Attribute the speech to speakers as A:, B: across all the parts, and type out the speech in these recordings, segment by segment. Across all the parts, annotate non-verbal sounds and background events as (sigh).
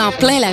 A: en plein la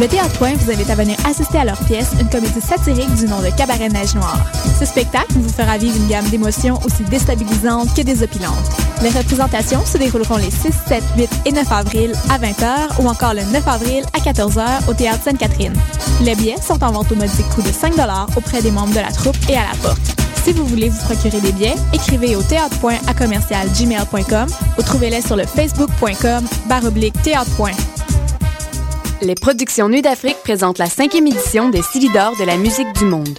B: Le Théâtre Point vous invite à venir assister à leur pièce, une comédie satirique du nom de Cabaret Neige Noire. Ce spectacle vous fera vivre une gamme d'émotions aussi déstabilisantes que désopilantes. Les représentations se dérouleront les 6, 7, 8 et 9 avril à 20h ou encore le 9 avril à 14h au Théâtre Sainte-Catherine. Les billets sont en vente au modique coût de 5 auprès des membres de la troupe et à la porte. Si vous voulez vous procurer des billets, écrivez au théâtre.point à commercial gmail.com ou trouvez-les sur le facebook.com baroblique théâtre.point.
C: Les productions Nuit d'Afrique présentent la cinquième édition des Silidor de la musique du monde.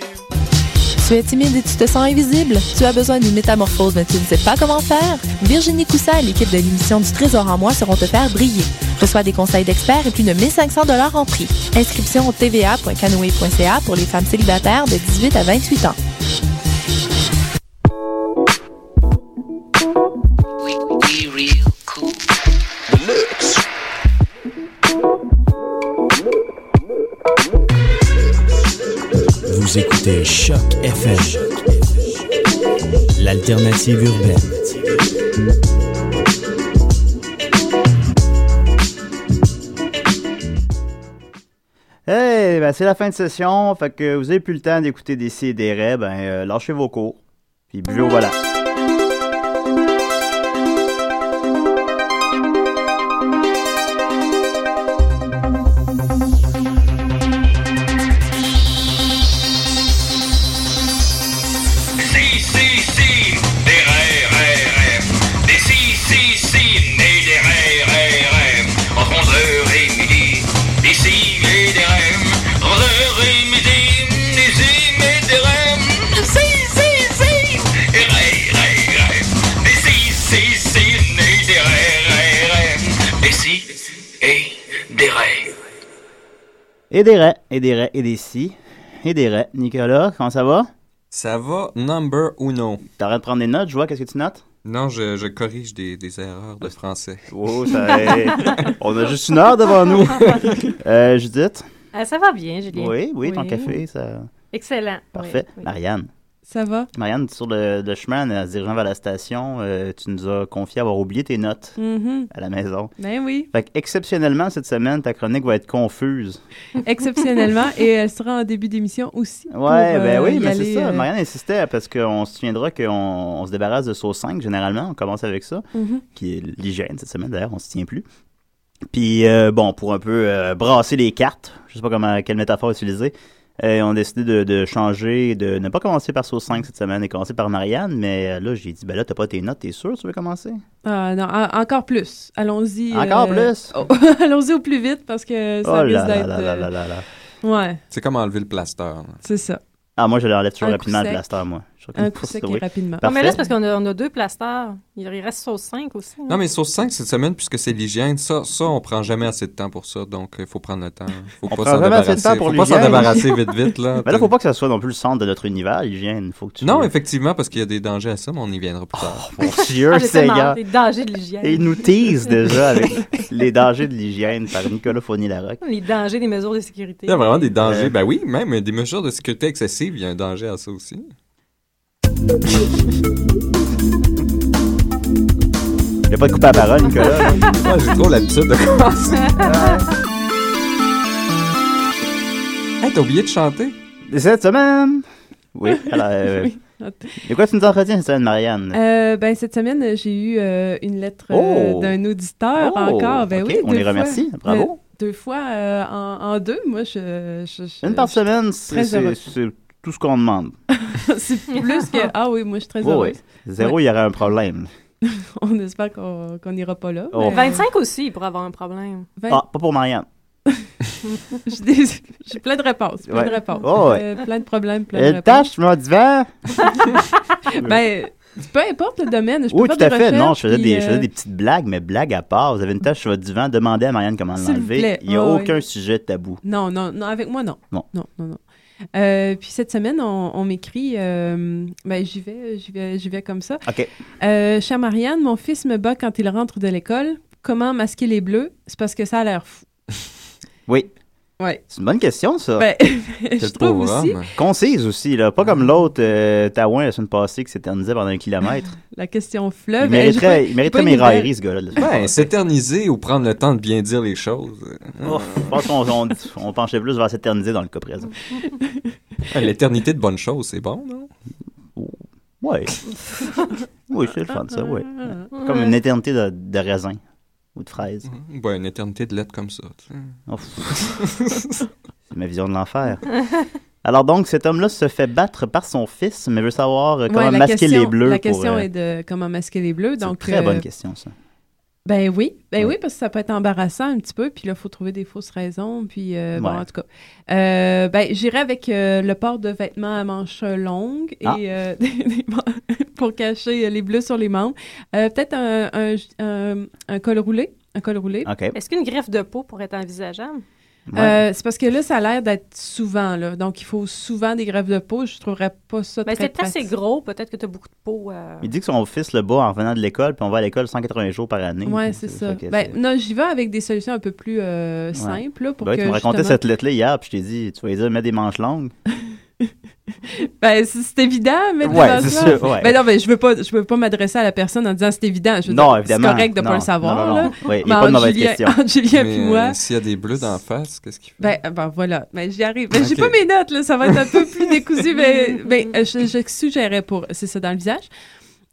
D: Tu es timide et tu te sens invisible? Tu as besoin d'une métamorphose mais tu ne sais pas comment faire? Virginie Coussa et l'équipe de l'émission du Trésor en moi seront te faire briller. Reçois des conseils d'experts et plus de 1500 dollars en prix. Inscription au tva.canoe.ca pour les femmes célibataires de 18 à 28 ans.
E: Vous écoutez Choc FM, l'alternative urbaine.
F: Hey, ben c'est la fin de session. Fait que vous avez plus le temps d'écouter des C et des raies, ben euh, lâchez vos cours. Puis buvez au volant.
G: Si, si, si, des RRRM. Des si, si, si, nés des RRRM. Entre 11h et midi, des si et des REM. Entre 11h et midi, des si et des REM. Si, si, si, des RRRM. Des si, si, si, nés des RRRM. Des si et des RRRM.
F: Et des raies, et des raies, et des si, et des raies. Nicolas, comment ça va?
H: Ça va, number uno.
F: T'arrêtes de prendre des notes, je vois, qu'est-ce que tu notes?
H: Non, je, je corrige des, des erreurs de français.
F: Oh, ça est- On a juste une heure
I: (laughs)
F: devant nous. Euh, Judith?
J: Ah, ça va bien, Julien.
F: Oui, oui, ton
J: Oui.
F: café, ça.
J: Excellent.
F: Parfait.
J: Oui, oui.
F: Marianne.
D: Ça va?
F: Marianne, sur le, le chemin en se dirigeant vers la station, euh, tu nous as confié avoir oublié tes notes
J: Mhm.
F: à la maison.
I: Mm-hmm. Ben oui,
F: Fait que, exceptionnellement, cette semaine, ta chronique va être confuse. (laughs)
I: exceptionnellement. et elle sera en début d'émission aussi.
F: Ouais,
I: pour,
F: ben
I: euh,
F: oui,
I: y
F: mais c'est
I: aller,
F: ça.
I: euh,
F: Marianne insistait parce qu'on se souviendra qu'on on se débarrasse de sauce 5 généralement. On commence avec ça,
I: Mhm.
F: qui est l'hygiène cette semaine d'ailleurs, on se tient plus. Puis, euh, bon, pour un peu euh, brasser les cartes, je sais pas comment, quelle métaphore utiliser, euh, on a décidé de, de changer, de ne pas commencer par sauce 5 cette semaine et commencer par Marianne. Mais euh, là, j'ai dit, ben là, t'as pas tes notes, t'es sûr, tu veux commencer?
I: Ah non, en- encore plus. Allons-y.
F: Encore
I: euh,
F: plus?
I: oh, (laughs) Allons-y au plus vite parce que ça
F: Oh
I: risque
F: là là
I: d'être.
F: là là là
I: euh,
F: là là.
I: Ouais,
H: C'est comme enlever le plaster. là.
I: c'est ça.
F: Ah, moi, je l'enlève toujours
I: Un coup
F: rapidement, le
I: sec.
F: blaster, moi. Je suis comme
I: Un coup
F: pour
I: sec
F: ça,
I: et
F: oui.
I: rapidement.
J: Non, mais
F: Parfait.
J: là, c'est parce qu'on a, on a deux plasters. Il il reste sauce 5 aussi. hein.
H: Non, mais sauce 5 cette semaine, puisque c'est l'hygiène, ça, ça, on prend jamais assez de temps pour ça, donc il faut
J: (laughs)
H: prendre le temps. Faut
F: On prend jamais assez de temps pour
H: Faut pas s'en
F: l'hygiène.
H: débarrasser
F: (laughs)
H: vite, vite, là.
F: Mais là, faut pas que ça soit non plus le centre de notre univers, l'hygiène. Faut que tu...
H: Non, effectivement, parce qu'il y a des dangers à ça, mais on y viendra plus tard.
F: (laughs) Mon Dieu,
I: (laughs)
J: Ah, j'ai tellement
F: Seigneur.
J: hâte des dangers de
F: Et il
J: l'hygiène.
F: nous tease déjà avec les dangers de l'hygiène par Nicolas Fournier-Larocque.
J: Les dangers des mesures de sécurité.
H: Il y a vraiment des
F: Euh.
H: dangers. Ben oui, même des mesures de sécurité excessives, il y a un danger à ça aussi.
F: Il n'y a pas de coupe à parole, Nicolas. là.
H: Moi, j'ai trop l'habitude de commencer. hey, t'as oublié de chanter?
F: Et Cette semaine! Oui, alors... euh,
I: Oui.
F: De quoi tu nous entretiens cette semaine, Marianne?
I: Euh, ben, cette semaine, euh, j'ai eu euh, une lettre euh,
F: Oh!
I: d'un auditeur
F: Oh,
I: encore. Ben
F: ok,
I: oui,
F: on
I: deux
F: les
I: fois.
F: remercie. Bravo.
I: Euh,
H: deux fois euh, en, en deux. Moi, je. je- je-
F: Une par
H: Euh, je-
F: semaine, c'est
H: très
F: c'est-
H: heureuse.
F: c'est tout ce qu'on demande.
H: (laughs) c'est plus que. Ah oui, moi, je suis très
F: Oui,
H: heureuse.
F: oui. Zéro, il y aurait un problème.
H: On espère qu'on qu'on n'ira pas là.
F: Oh.
B: 25 aussi, il pourrait avoir un problème.
H: Vingt-
F: Ah, pas pour Marianne.
H: J'ai des- (laughs) j'ai plein de réponses. Plein de
F: Ouais.
H: réponses.
F: Oh, ouais.
H: Euh, plein de problèmes, plein de
F: Une
H: réponses.
F: tâche, mon divan.
H: Ben, peu importe le domaine. Je peux
F: Oui,
H: faire
F: tout à
H: des
F: fait. Non,
H: recherches,
F: je faisais,
H: puis,
F: des,
H: euh,
F: je faisais des petites blagues, mais blagues à part. Vous avez une tâche sur votre divan, demandez à Marianne comment
H: S'il vous
F: l'enlever.
H: plaît.
F: Il n'y a
H: Ah,
F: aucun
H: oui.
F: sujet tabou.
H: Non, non, non, avec moi, non.
F: Non.
H: Non, non, non. Euh, puis cette semaine, on, on m'écrit, euh, ben j'y vais, j'y vais, j'y vais comme ça.
F: OK.
H: Euh, chère Marianne, mon fils me bat quand il rentre de l'école. Comment masquer les bleus? C'est parce que ça a l'air fou.
F: Oui.
H: Ouais.
F: C'est une bonne question, ça.
H: Ben, (laughs) Mm. je trouve aussi
F: Concise aussi, là. Pas comme l'autre euh, Taouin la semaine passée qui s'éternisait pendant un kilomètre.
H: la question
F: Il
H: fleuve. Euh, j'ai pas-
F: mériterait, il
H: j'ai
F: mériterait
H: pas
F: mes
H: une nouvelle.
F: railleries, ce gars-là. là.
G: Ben, s'éterniser ou prendre le temps de bien dire
F: (laughs)
G: les choses.
F: Ouf, je pense qu'on on- on penchait plus vers s'éterniser dans le cas présent.
G: Ah, L'éternité de bonnes choses, c'est bon, non?
H: (laughs)
F: Ouais. oui, c'est le fun, ça, oui. Comme une éternité de, de raisin ou de fraise.
G: Ben, une éternité de lettres comme ça. tu sais.
F: C'est ma vision de l'enfer. Alors donc, cet homme-là se fait battre par son fils, mais veut savoir euh,
H: Ouais,
F: comment
H: la
F: masquer
H: question-
F: les bleus.
H: La
F: pour,
H: question
F: euh,
H: est de comment masquer les bleus.
F: c'est une
H: Donc,
F: très
H: euh,
F: bonne question, ça.
H: Ben oui, ben
F: Oui.
H: oui, parce que ça peut être embarrassant un petit peu, puis là, il faut trouver des fausses raisons, puis euh, bon,
F: Ouais.
H: en tout cas. Euh, ben, j'irai avec euh, le port de vêtements à manches longues et
F: Ah.
H: euh, (laughs) des- des man- pour cacher les bleus sur les membres. Euh, Peut-être un, un, un- un col roulé, un col roulé.
F: OK.
B: Est-ce qu'une greffe de peau pourrait être envisageable?
F: Ouais.
H: Euh, c'est parce que là, ça a l'air d'être souvent, là. Donc, il faut souvent des greffes de peau. Je trouverais pas ça
B: Mais
H: très
B: Ben, c'est assez
H: pratique.
B: gros, peut-être que tu as beaucoup de peau. euh,
F: Il dit que son fils le bat en revenant de l'école, puis on va à l'école 180 jours par année.
H: Ouais, c'est ça.
F: fait que
H: Ben,
F: c'est-
H: non, j'y vais avec des solutions un peu plus euh, simples, là, pour
F: Ben oui,
H: que
F: tu me racontais
H: justement-
F: cette lettre-là hier, puis je t'ai dit, tu vas lui dire, mets des manches longues.
H: Ben, c'est c'est évident, mais
F: Ouais, c'est sûr, ouais.
H: Ben non, ben, je veux pas, je veux pas m'adresser à la personne en disant c'est évident. Je veux
F: Non,
H: dire,
F: évidemment.
H: C'est correct de
F: Non,
H: pas le savoir,
F: non, non, non.
H: là.
F: Oui, il n'y
H: Mais
F: a pas de
H: entre
F: mauvaise
H: Julien, (laughs)
F: question.
H: entre Julien puis
G: Mais,
H: moi,
G: euh, s'il y a des bleus d'en face, qu'est-ce qu'il fait?
H: ben, ben voilà, ben j'y arrive. Ben, j'ai
G: Ok.
H: pas mes notes, là, ça va être un peu
F: (laughs)
H: plus décousu, mais, mais euh, je, je suggérais pour, c'est ça, dans le visage.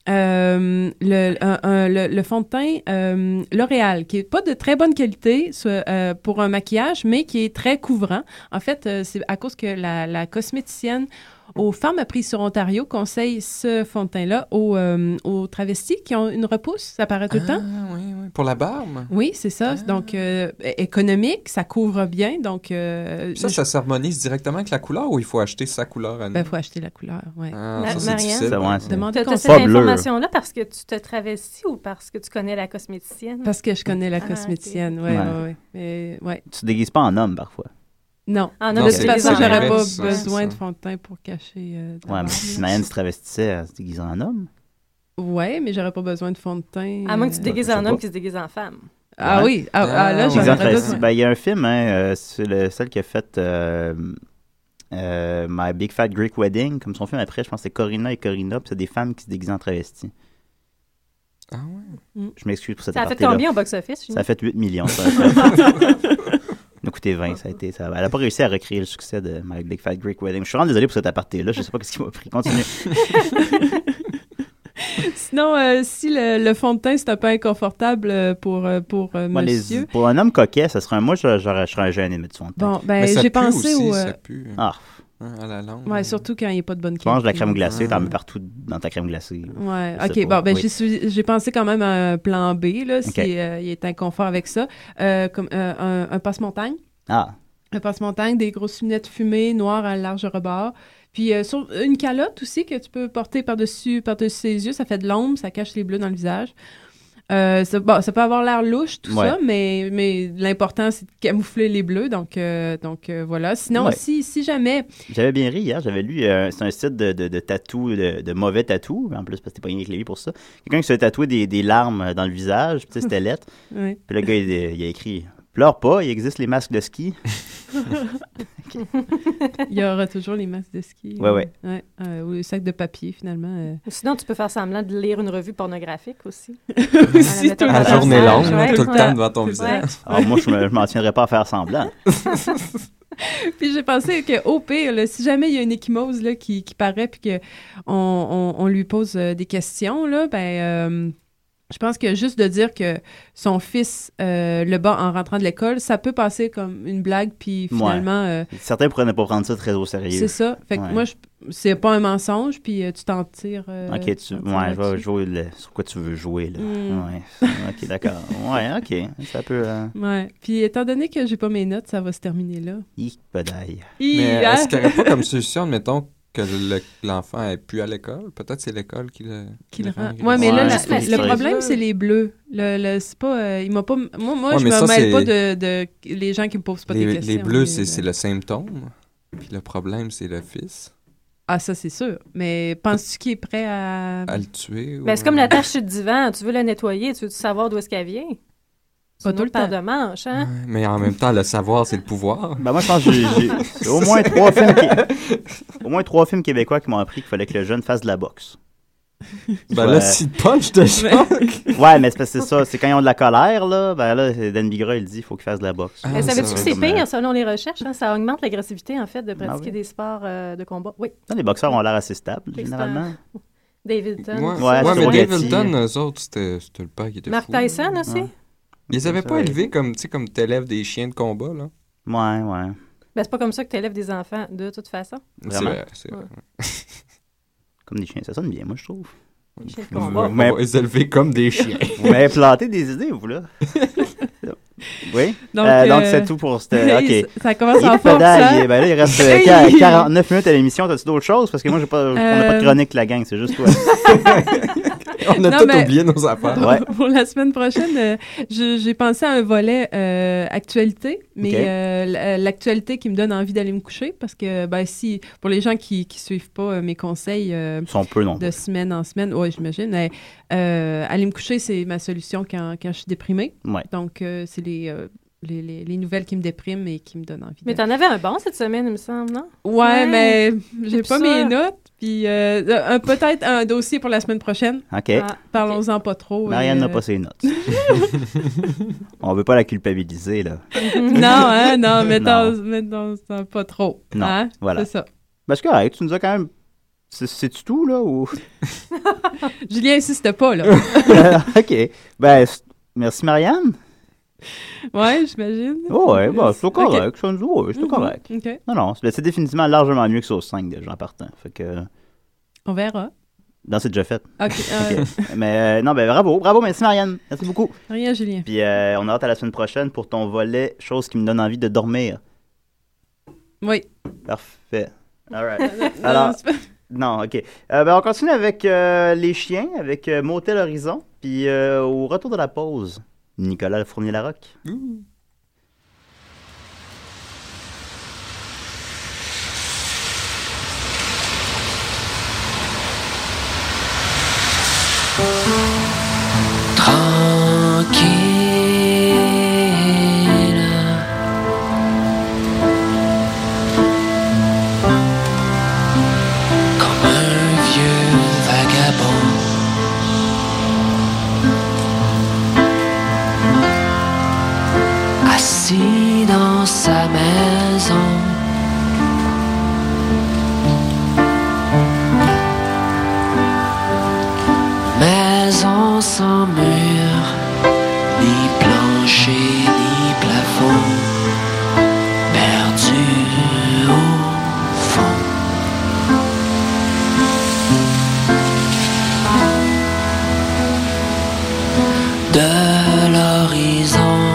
H: Euh, le, un- un- le, le fond de teint euh, L'Oréal, qui est pas de très bonne qualité ce- euh, pour un maquillage, mais qui est très couvrant. En fait, euh, c'est à cause que la, la cosméticienne aux femmes à prix sur Ontario conseille ce fond de teint-là aux, euh, aux travestis qui ont une repousse, ça paraît tout le temps.
G: Ah, oui, oui. Pour la barbe? Ah.
H: Oui, c'est ça. Donc, euh, é- économique, ça couvre bien. Donc, euh,
G: Ça, ça s'harmonise directement avec la couleur ou il faut acheter sa couleur à nous?
H: ben, faut acheter la couleur, ouais.
G: Ah,
B: Ma-
G: ça, c'est
B: Marianne?
G: difficile.
F: Ça, ouais, c'est-
H: Demandez
B: T'as t'as
H: conseil
B: cette
F: Pas bleu.
B: information-là parce que tu te travestis ou parce que tu connais la cosméticienne?
H: parce que je connais la
B: Ah,
H: cosméticienne, ouais,
F: Ouais.
H: ouais, ouais. Mais, ouais.
F: Tu te déguises pas en homme, parfois.
H: Non.
B: Ah,
G: non,
H: de
G: c'est
H: toute façon,
G: bizarre.
H: j'aurais pas
G: Ouais,
H: besoin
G: c'est
H: de
G: ça.
H: fond de teint pour cacher. euh, de la
F: Ouais,
B: Ah.
F: mais
H: barbe,
F: si
H: là.
F: Marianne se travestissait, elle se déguisait en homme.
H: Ouais, mais j'aurais pas besoin de fond de teint.
B: À moins que tu te
H: euh,
B: déguises
F: je sais
B: en homme
F: pas.
B: qui se déguise en femme.
H: Ah oui, ah, ah, là,
G: Ah,
H: j'aurais
F: Déguisée en
G: ouais.
H: besoin.
F: travesti. Ben, il y a un film, hein, euh, c'est le, celle qui a fait euh, euh, My Big Fat Greek Wedding. Comme son film après, je pense que c'est Corina et Corina, puis c'est des femmes qui se déguisent en travesti.
G: Ah ouais.
H: Mm.
F: Je m'excuse pour cette
B: Ça a fait
F: aparté-là.
B: combien au box-office?
F: Ça a
B: Julie?
F: fait 8 millions. Ça a fait. Elle a coûté 20, ça a été. Ça, elle n'a pas réussi à recréer le succès de My Big Fat Greek Wedding. Je suis vraiment désolé pour cet aparté-là. Je ne sais pas ce qui m'a pris. Continue.
H: (laughs) Sinon, euh, si le, le fond de teint, c'est un peu inconfortable euh, pour, euh, pour euh,
F: Moi, les-
H: monsieur.
F: pour un homme coquet, ça serait un. Moi, je, j'aurais- je serais un gêné de mettre son teint.
H: Bon, ben,
G: Mais ça
H: j'ai
G: pue
H: pensé
G: aussi,
H: au. euh,
G: Ça pue
F: Ah,
G: hein, à la langue.
H: Ouais, surtout quand il n'y a pas de bonne
F: tu
H: qualité.
F: manges de la crème glacée, t'en
G: Ah.
F: mets partout dans ta crème glacée.
H: Ouais,
F: Je sais
H: ok.
F: pas,
H: Bon, ben,
F: oui.
H: j'ai su- j'ai pensé quand même à un plan B, là,
F: Ok.
H: si euh, il est inconfort avec ça. Euh, comme euh, un, un passe-montagne.
F: Ah,
H: Un passe-montagne, des grosses lunettes fumées, noires à large rebord. Puis euh, sur- une calotte aussi que tu peux porter par-dessus par -dessus ses yeux. Ça fait de l'ombre, ça cache les bleus dans le visage. Euh, ça, bon, ça peut avoir l'air louche, tout
F: Ouais.
H: ça, mais, mais l'important, c'est de camoufler les bleus. Donc, euh, donc euh, voilà. Sinon,
F: Ouais.
H: si, si jamais...
F: J'avais bien ri hier, j'avais lu, euh, c'est un site de, de, de tatou, de, de mauvais tatou, en plus parce que t'es pas rien avec les pour ça. Quelqu'un qui se fait tatouer des, des larmes dans le visage, puis tu sais, c'était lettre.
H: Ouais.
F: Puis le gars, il, il a écrit « Pleure pas, il existe les masques de ski.
H: Il y aura toujours les masques de ski.
F: Ouais, ouais.
H: ouais euh, ou le sac de papier, finalement. euh.
B: Ou Sinon, tu peux faire semblant de lire une revue pornographique
H: (laughs)
B: aussi.
H: Aussi,
B: mettons,
H: tout le
G: À la
H: temps.
G: journée longue,
B: Ouais,
G: là, tout le
B: ouais.
G: temps devant ton
H: Ouais.
G: visage.
F: Alors Ah, moi, je, me- je m'en tiendrais pas à faire semblant.
H: Puis j'ai pensé que au pire, là, si jamais il y a une échymose là, qui, qui paraît puis que on, on- on lui pose euh, des questions, là, ben euh, Je pense que juste de dire que son fils euh, le bat en rentrant de l'école, ça peut passer comme une blague, puis finalement, euh,
F: Certains pourraient ne pas prendre ça très au sérieux.
H: c'est ça. Fait que
F: Ouais.
H: moi, je- c'est pas un mensonge, puis euh, tu t'en tires. euh,
F: Ok, tu,
H: t'en tires
F: ouais, je
H: là-dessus.
F: vais jouer le- sur quoi tu veux jouer. Là.
H: Mm.
F: Ouais. Ok, d'accord. Ouais, ok. Ça peut. euh,
H: Ouais. Puis étant donné que j'ai pas mes notes, ça va se terminer là.
F: hic, pedaille.
H: Hi,
G: Mais
H: hein?
G: est-ce qu'il n'y aurait pas comme solution, admettons, que le- l'enfant est plus à l'école? Peut-être c'est l'école qui le,
H: Qu'il
G: le
H: rend-
G: rend-
H: Ouais, mais là,
F: Ouais,
H: la-
F: c'est
H: le
F: ça.
H: problème, c'est les bleus. Le, le- c'est pas, euh, il m'a pas, moi, moi
G: Ouais,
H: je
G: mais ça,
H: me mêle pas de,
G: c'est-
H: de- les gens qui me posent pas des
G: les,
H: questions.
G: les bleus,
H: mais,
G: c'est
H: euh,
G: c'est le symptôme. Puis le problème, c'est le fils.
H: Ah, ça, c'est sûr. Mais penses-tu qu'il est prêt à...
G: À le tuer. ou-
B: Ben, c'est comme la tache sur le divan. Tu veux la nettoyer, tu veux savoir d'où est-ce qu'elle vient.
H: Pas tout le temps.
B: de manche, hein?
G: Mais en même temps, le savoir, c'est le pouvoir.
F: Ben moi, je pense que j'ai- j'ai j'ai au moins trois films qui- au moins trois films québécois qui m'ont appris qu'il fallait que le jeune fasse de la boxe.
G: Ben
F: Ouais.
G: là, si te punch de (laughs)
F: Ouais, mais c'est parce que c'est ça, c'est quand ils ont de la colère là, ben là c'est Dan Bigra il dit il faut qu'il fasse de la boxe.
G: Ah,
B: Mais
G: ça
B: savais-tu
G: va
B: que c'est
F: comme, euh,
B: pire, selon les recherches? hein? Ça augmente l'agressivité, en fait, de pratiquer
F: oui?
B: des sports euh, de combat. Oui,
F: Non, les boxeurs ont l'air assez stables
B: C'est
F: généralement.
B: David Dunn.
G: Ouais,
F: Ouais,
G: ouais,
F: c'est
G: mais
F: Wagati.
G: Dave Hilton, eux autres, c'était c'était le père qui était
B: Mark
G: fou.
B: Tyson aussi?
F: Ouais.
G: Ils les avaient
F: Ça,
G: pas
F: ouais.
G: élevés comme, tu sais, comme t'élèves des chiens de combat, là.
F: Ouais, ouais.
B: Ben, c'est pas comme ça que tu élèves des enfants, de toute façon.
G: C'est
F: Vraiment?
G: vrai, Euh, c'est vrai.
F: Comme des chiens, ça sonne bien, moi je trouve.
B: Les chiens de
F: Vous-
B: combat.
F: vous
G: On
F: m'avez-
G: va les élever comme des chiens.
F: vous (laughs) m'avez planté des idées, vous
H: (laughs)
F: là. Oui.
H: Donc,
F: Euh, Donc
H: euh,
F: c'est tout pour
H: (laughs)
F: cette.
H: Hey,
F: Ok.
H: ça- ça commence en
F: Hic,
H: force,
F: pedaille.
H: hein?
F: Ben là, il reste euh,
H: Hey!
F: quar- 49 minutes à l'émission. T'as-tu d'autres choses? Parce que moi, j'ai pas, on n'a pas de
H: Euh,
F: chronique, la gang. C'est juste toi.
G: (laughs) On a
H: Non,
G: tout
H: mais-
G: oublié nos
H: (laughs)
G: affaires.
F: Ouais.
H: Pour la semaine prochaine, euh, je- j'ai pensé à un volet euh, actualité, mais
F: Ok.
H: euh, l- euh, l'actualité qui me donne envie d'aller me coucher parce que, ben, si, pour les gens qui ne suivent pas euh, mes conseils euh,
F: Ils sont peu non
H: de semaine en semaine, oui, j'imagine, mais, euh, aller me coucher, c'est ma solution quand, quand je suis déprimée.
F: Ouais.
H: Donc, euh, c'est les, euh, les, les- les nouvelles qui me dépriment et qui me donnent envie
B: Mais
H: de-
B: t'en avais un bon cette semaine, il me semble, non?
H: Ouais,
B: Ouais.
H: mais j'ai
B: C'est
H: pas
B: plus
H: mes
B: sûr.
H: notes. Puis euh, un- peut-être un dossier pour la semaine prochaine.
F: OK.
B: Ah,
H: Parlons-en pas trop.
G: Ben,
F: Marianne
H: et,
F: n'a
H: euh,
F: pas ses notes. On veut pas la culpabiliser, là.
H: Non, hein, non, mettons,
F: Non.
H: mettons ça pas trop.
F: Non,
H: hein,
F: voilà.
H: C'est ça.
F: Parce que Ben, correct, tu nous as quand même. c'est- C'est-tu tout, là? Ou... (laughs)
H: Julien insiste pas, là.
F: OK. Ben, c- merci, Marianne.
H: ouais, j'imagine.
F: Oh, ouais, ben, c'est
H: Ok.
F: correct. Ça nous- ouais, c'est
H: Mhm,
F: correct.
H: OK.
F: Non, non, c'est c'est définitivement largement mieux que Sauce 5 déjà en partant. Fait que.
H: On verra.
F: Non, c'est déjà fait.
H: OK. euh,
F: Mais euh, non, ben bravo, bravo, merci Marianne. Merci beaucoup.
H: rien, Julien.
F: Puis euh, on a hâte à la semaine prochaine pour ton volet Chose qui me donne envie de dormir.
H: Oui.
F: Parfait. All right.
H: Non,
F: Alors-
H: c'est pas-
F: Non, ok. Euh, ben, on continue avec euh, les chiens, avec euh, Motel Horizon. Puis euh, au retour de la pause, Nicolas Fournier-Larocque.
K: Tranquille. Comme un vieux vagabond. Assis dans sa maison. Maison sans mur ni plancher, ni plafond, perdu au fond. De l'horizon.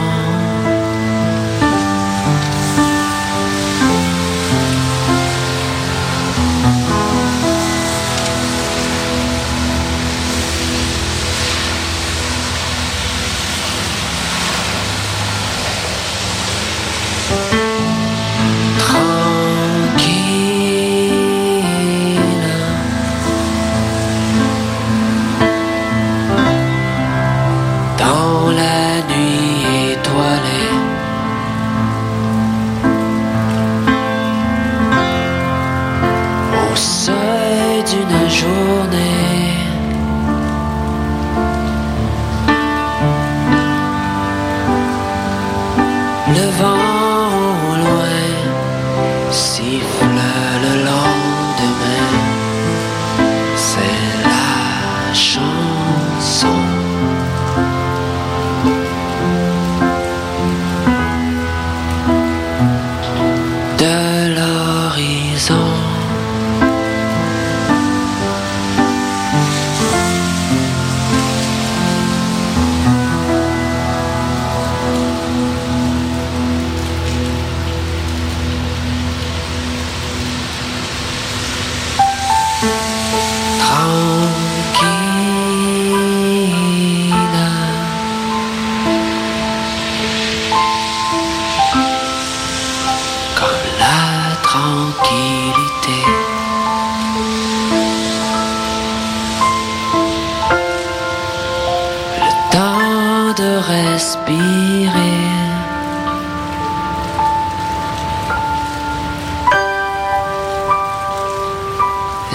L: respirer.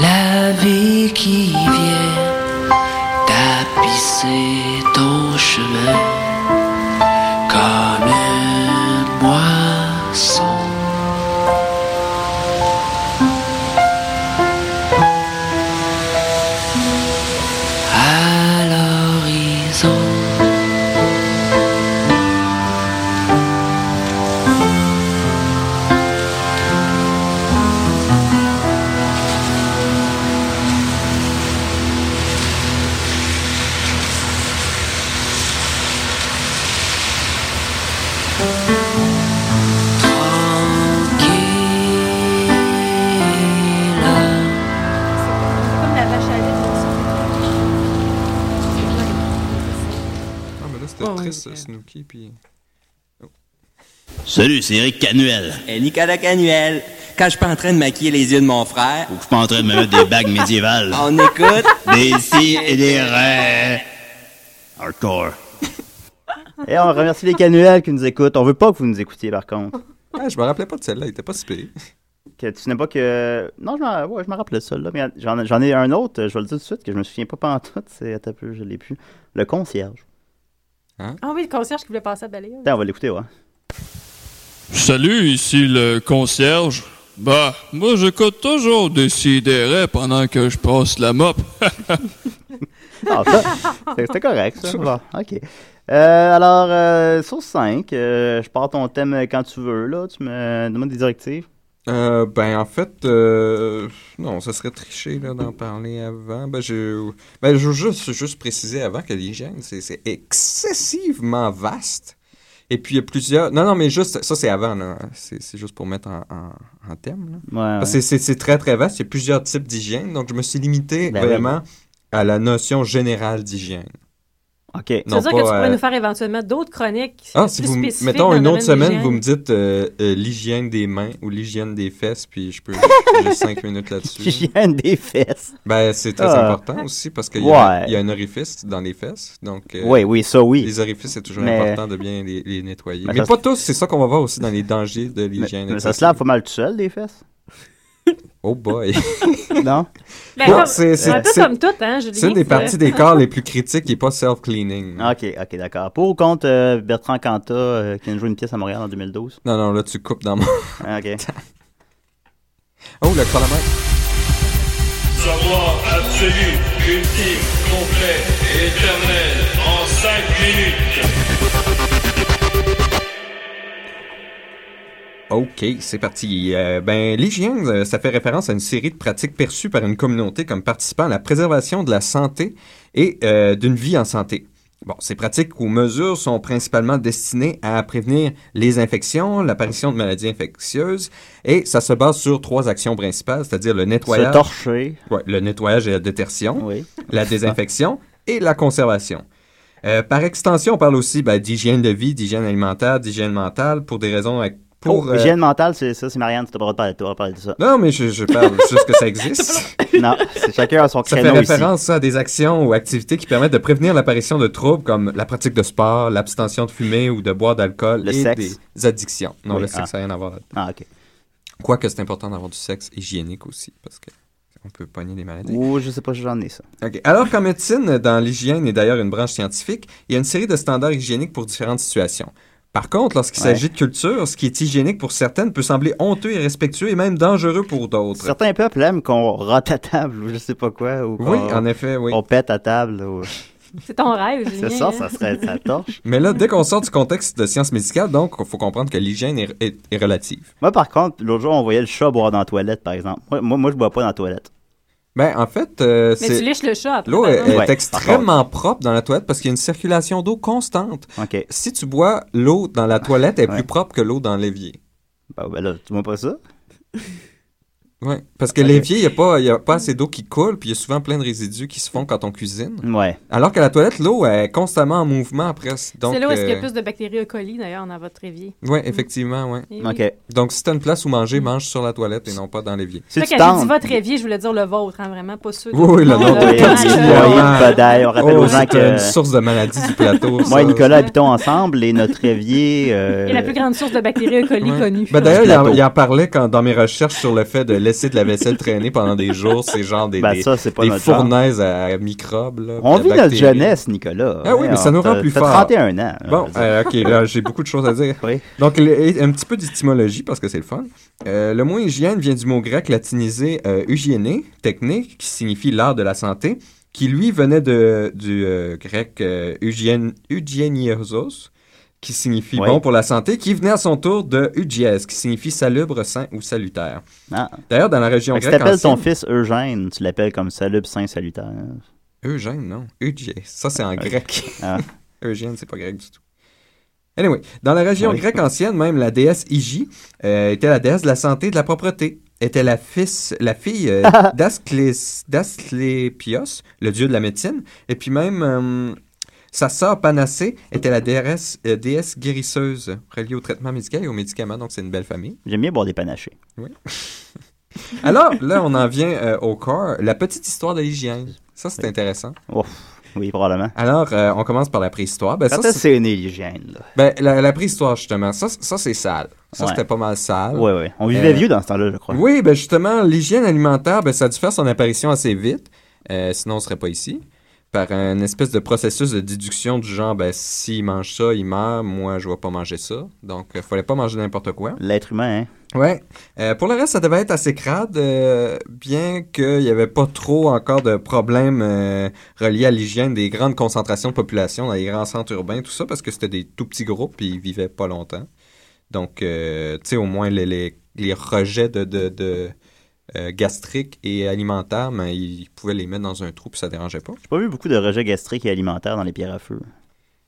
L: La vie qui vient tapisser ton chemin comme une moisson. à l'horizon.
B: Comme la vache à lait, aussi.
H: Ah, mais là, c'était triste, Snooki, puis...
M: Salut, c'est Eric Canuel.
N: Et Eh, Nicolas Canuel. Quand je suis pas en train de maquiller les yeux de mon frère,
M: Je suis pas en train de me mettre des bagues médiévales.
N: on écoute.
M: Des si et des ré. Hardcore.
F: (laughs) Et on remercie les canuels qui nous écoutent. On veut pas que vous nous écoutiez, par contre.
H: Ah, je me rappelais pas de celle-là, il était pas si pire.
F: Que tu n'es pas que. Non, je m'en ouais, je me rappelle de ça, là. Mais j'en j'en ai un autre, je vais le dire tout de suite, que je me souviens pas pantoute. C'est. Attends un peu, je l'ai plus. Le concierge.
H: Hein?
B: Ah oui, le concierge qui voulait passer à balayeuse.
F: Attends, on va l'écouter, ouais.
O: Salut, ici le concierge. Bah, moi j'écoute toujours des sidérés pendant que je passe la mop.
F: Ah, ça, c'est- c'était correct, ça. Bon, OK. Euh, alors, euh, sur 5, je pars ton thème quand tu veux, là. Tu me demandes des directives.
H: Euh, ben, en fait, euh, non, ça serait triché là, d'en parler avant. Ben, je, ben, je veux juste, juste préciser avant que l'hygiène, c'est c'est excessivement vaste. Et puis, il y a plusieurs. Non, non, mais juste, ça, c'est avant, là. hein. C'est c'est juste pour mettre en, en- en thème, là.
F: Ouais, ouais.
H: C'est- C'est c'est très, très vaste. Il y a plusieurs types d'hygiène. Donc, je me suis limité
F: Ben oui.
H: vraiment à la notion générale d'hygiène.
F: OK. (laughs)
B: Ça veut dire que tu pourrais nous faire éventuellement d'autres chroniques
H: euh, Ah, si
B: plus
H: vous, m-
B: spécifiques
H: mettons,
B: dans le
H: une autre
B: domaine de
H: semaine, vous me
B: l'hygiène.
H: dites euh, euh, l'hygiène des mains ou l'hygiène des fesses, puis je peux j'ai juste (laughs) 5 minutes là-dessus.
F: L'hygiène des fesses.
H: Ben, c'est très
F: Ah.
H: important aussi parce qu'il y, a-
F: Ouais.
H: il y a un orifice dans les fesses. Donc, euh,
F: Oui, oui, ça, oui.
H: Les orifices, c'est toujours
F: Mais-
H: important de bien les, les nettoyer.
F: Mais
H: Mais,
F: ça-
H: pas tous, c'est ça qu'on va voir aussi dans les dangers de
F: Mais,
H: l'hygiène.
F: mais ça se lave pas mal tout seul, des fesses.
H: Oh boy!
F: non?
B: (laughs) Ben,
H: Bon,
B: comme-
H: c'est- c'est-
B: un peu
H: c'est-
B: comme tout, hein, Julien.
H: C'est une des
B: ça. (laughs)
H: parties des corps les plus critiques et pas self-cleaning.
F: Ah, OK, OK, d'accord. Pour ou contre euh, Bertrand Cantat, euh, qui a joué une pièce à Montréal en 2012?
H: Non, non, là, tu coupes dans mon.
B: (laughs)
F: Ah, OK.
H: Oh, le parlement.
G: Savoir absolu, ultime, complet, éternel, en 5 minutes.
H: Ok, c'est parti. Euh, ben, l'hygiène, euh, ça fait référence à une série de pratiques perçues par une communauté comme participant à la préservation de la santé et euh, d'une vie en santé. Bon, ces pratiques ou mesures sont principalement destinées à prévenir les infections, l'apparition de maladies infectieuses, et ça se base sur trois actions principales, c'est-à-dire le nettoyage.
F: Se torcher.
H: Ouais, le nettoyage et la détertion,
F: Oui.
H: la désinfection et la conservation. Euh, par extension, on parle aussi ben, d'hygiène de vie, d'hygiène alimentaire, d'hygiène mentale pour des raisons. ac- Pour,
F: oh,
H: euh,
F: Hygiène mentale, c'est ça, c'est Marianne, tu t'as pas le droit de parler- t'as pas le droit de parler de ça.
H: non, mais je, je parle
F: (laughs)
H: juste que ça existe. (laughs)
F: Non, c'est chacun à son
H: Ça fait
F: créneau ici.
H: référence ça, à des actions ou activités qui permettent de prévenir l'apparition de troubles comme la pratique de sport, l'abstention de fumer ou de boire d'alcool
F: Le
H: et
F: sexe.
H: des addictions. Non,
F: Oui,
H: le sexe,
F: ah.
H: ça n'a rien à voir là-dedans.
F: Ah, OK.
H: Quoique c'est important d'avoir du sexe hygiénique aussi, parce que on peut pogner des maladies.
F: Ou je sais pas si j'en ai ça.
H: OK. Alors qu'en médecine, dans l'hygiène et d'ailleurs une branche scientifique, il y a une série de standards hygiéniques pour différentes situations. Par contre, lorsqu'il
F: Ouais.
H: s'agit de culture, ce qui est hygiénique pour certaines peut sembler honteux, irrespectueux et même dangereux pour d'autres.
F: Certains peuples aiment qu'on rate à table ou je sais pas quoi. Ou
H: Oui,
F: qu'on-
H: en effet, oui.
F: On pète à table. Ou...
B: (laughs) C'est ton rêve, Julien.
F: C'est ça,
B: hein.
F: ça serait ça torche.
H: Mais là, dès qu'on sort du contexte de sciences médicales, donc, il faut comprendre que l'hygiène est, est- est relative.
F: Moi, par contre, l'autre jour, on voyait le chat boire dans la toilette, par exemple. Moi, moi, moi, je bois pas dans la toilette.
H: Ben, en fait, euh,
B: Mais tu
H: c'est...
B: lèches le chat après.
H: L'eau
B: par
H: est,
B: exemple.
H: est
F: Ouais,
H: extrêmement propre dans la toilette parce qu'il y a une circulation d'eau constante.
F: OK.
H: Si tu bois l'eau dans la toilette, elle
F: Ouais.
H: est
F: Bah,
H: plus propre que l'eau dans l'évier.
F: Ben, ben là, tu vois pas ça?
H: Oui, parce que l'évier, il n'y a, pas- y a pas assez d'eau qui coule, puis il y a souvent plein de résidus qui se font quand on cuisine.
F: Ouais.
H: Alors qu'à la toilette, l'eau est constamment en mouvement presque. Donc,
B: C'est là où est-ce qu'il y a
H: euh,
B: plus de bactéries E. coli, d'ailleurs, dans votre évier.
H: Oui, effectivement, ouais.
F: Eh
B: Et oui. OK.
H: Donc, si tu as une place où manger, mange sur la toilette et non pas dans l'évier.
B: C'est ça, quand j'ai dit votre évier, je voulais dire le vôtre, hein, vraiment, pas ceux de-
H: Oui, oui, le
B: Non,
H: nôtre.
B: le-
F: oui, pas d'ail. On rappelle
H: Oh,
F: aux gens
H: c'est
F: que-
H: une source de maladie du plateau.
F: Moi
H: ça.
F: et Nicolas habitons ensemble et notre
H: (laughs)
F: évier. euh,
B: Et la plus grande source de bactéries E. coli
H: Ouais.
B: connue.
H: Ben, D'ailleurs, il en-
F: Plateau.
H: il, en parlait quand, dans mes recherches sur le fait de laisser de la vaisselle traîner pendant des jours. C'est genre des,
F: Ben,
H: des-
F: ça, c'est pas
H: des
F: notre genre.
H: fournaises à microbes. là,
F: On
H: de
F: vit notre
H: bactéries.
F: jeunesse, Nicolas.
H: Ah oui, mais ça
F: on-
H: nous rend
F: t'as-
H: plus
F: t'as
H: fort.
F: 31 ans.
H: Bon, euh, ok, là, j'ai beaucoup de choses à dire. Donc, le- un petit peu d'étymologie, parce que c'est le fun. Euh, le mot hygiène vient du mot grec latinisé euh, hygiéné, technique, qui signifie l'art de la santé, qui lui venait de, du euh, grec euh, hygiène, hygieniosos, qui signifie
F: Ouais.
H: bon pour la santé, qui venait à son tour de hygiès, qui signifie salubre, sain ou salutaire.
F: Ah.
H: D'ailleurs, dans la région
F: Fait que Si
H: grecque
F: t'appelles ton
H: ancienne-
F: fils Eugène, tu l'appelles comme salubre saint salutaire.
H: Eugène, non. Eugène. Ça, c'est en
F: Ouais.
H: grec.
F: Ah.
H: (laughs) Eugène, c'est pas grec du tout. Anyway, dans la région
F: Ouais.
H: grecque ancienne, même la déesse Hygie euh, était la déesse de la santé et de la propreté. Était la, fils, la
F: (laughs)
H: fille euh, d'Asclés- d'Asclépios, le dieu de la médecine. Et puis même, euh, sa sœur Panacée était la déesse, euh, déesse guérisseuse, reliée au traitement médical et aux médicaments. Donc, c'est une belle famille.
F: (laughs) J'aime bien boire des panachés.
H: Oui. Alors, là, on en vient euh, au corps. La petite histoire de l'hygiène. Ça, c'est intéressant.
F: oui, probablement.
H: Alors, euh, on commence par la préhistoire. Ben,
F: Quand
H: ça,
F: est-ce que c'est une l'hygiène, là?
H: Ben, la, la préhistoire, justement. Ça, c- ça c'est sale. Ça,
F: Ouais.
H: c'était pas mal sale.
F: Ouais, ouais. On vivait vieux dans ce temps-là, je crois.
H: Ah. Euh, Oui, ben justement, l'hygiène alimentaire, ben, ça a dû faire son apparition assez vite. Euh, sinon, on serait pas ici. Par un espèce de processus de déduction du genre, ben, s'il mange ça, il meurt. Moi, je vais pas manger ça. Donc, euh, fallait pas manger n'importe quoi.
F: L'être humain, hein?
H: Ouais. Euh, pour le reste, ça devait être assez crade, euh, bien qu'il n'y avait pas trop encore de problèmes euh, reliés à l'hygiène des grandes concentrations de population dans les grands centres urbains, tout ça, parce que c'était des tout petits groupes et ils vivaient pas longtemps. Donc, euh, tu sais, au moins les, les, les rejets de, de, de, euh, gastriques et alimentaires, mais ils pouvaient les mettre dans un trou puis ça dérangeait pas.
F: J'ai pas vu beaucoup de rejets gastriques et alimentaires dans les pierres à feu.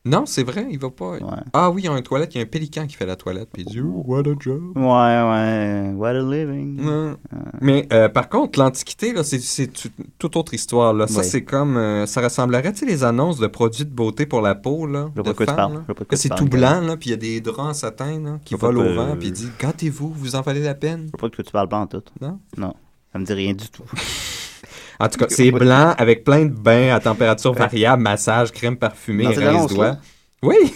H: Non, c'est vrai, il va pas. Ah oui, il y a un toilette, il y a un pélican qui fait la toilette, puis il dit Oh, what a job.
F: Ouais, ouais. What a living.
H: Ouais. Mais euh, par contre, l'Antiquité, là, c'est- c'est tu- toute autre histoire. Là. Ça,
F: Oui.
H: c'est comme. euh, ça ressemblerait, tu sais, les annonces de produits de beauté pour la peau, là.
F: Je vois
H: de
F: pas de quoi tu
H: femmes,
F: parles.
H: là,
F: Je vois pas de
H: que
F: quoi tu
H: c'est
F: parles,
H: tout
F: Nicolas.
H: blanc, là, puis il y a des draps en satin, là, qui
F: Je vois
H: volent
F: pas
H: au
F: que-
H: vent, puis il dit Gâtez-vous, vous en valez la peine.
F: Je vois pas de quoi tu parles pas en tout.
H: Non?
F: Non. Ça me dit rien du tout.
H: En tout cas, c'est blanc avec plein de bains à température variable, massage, crème parfumée,
F: Dans ces
H: rince
F: annonces-là?
H: doigts. Oui!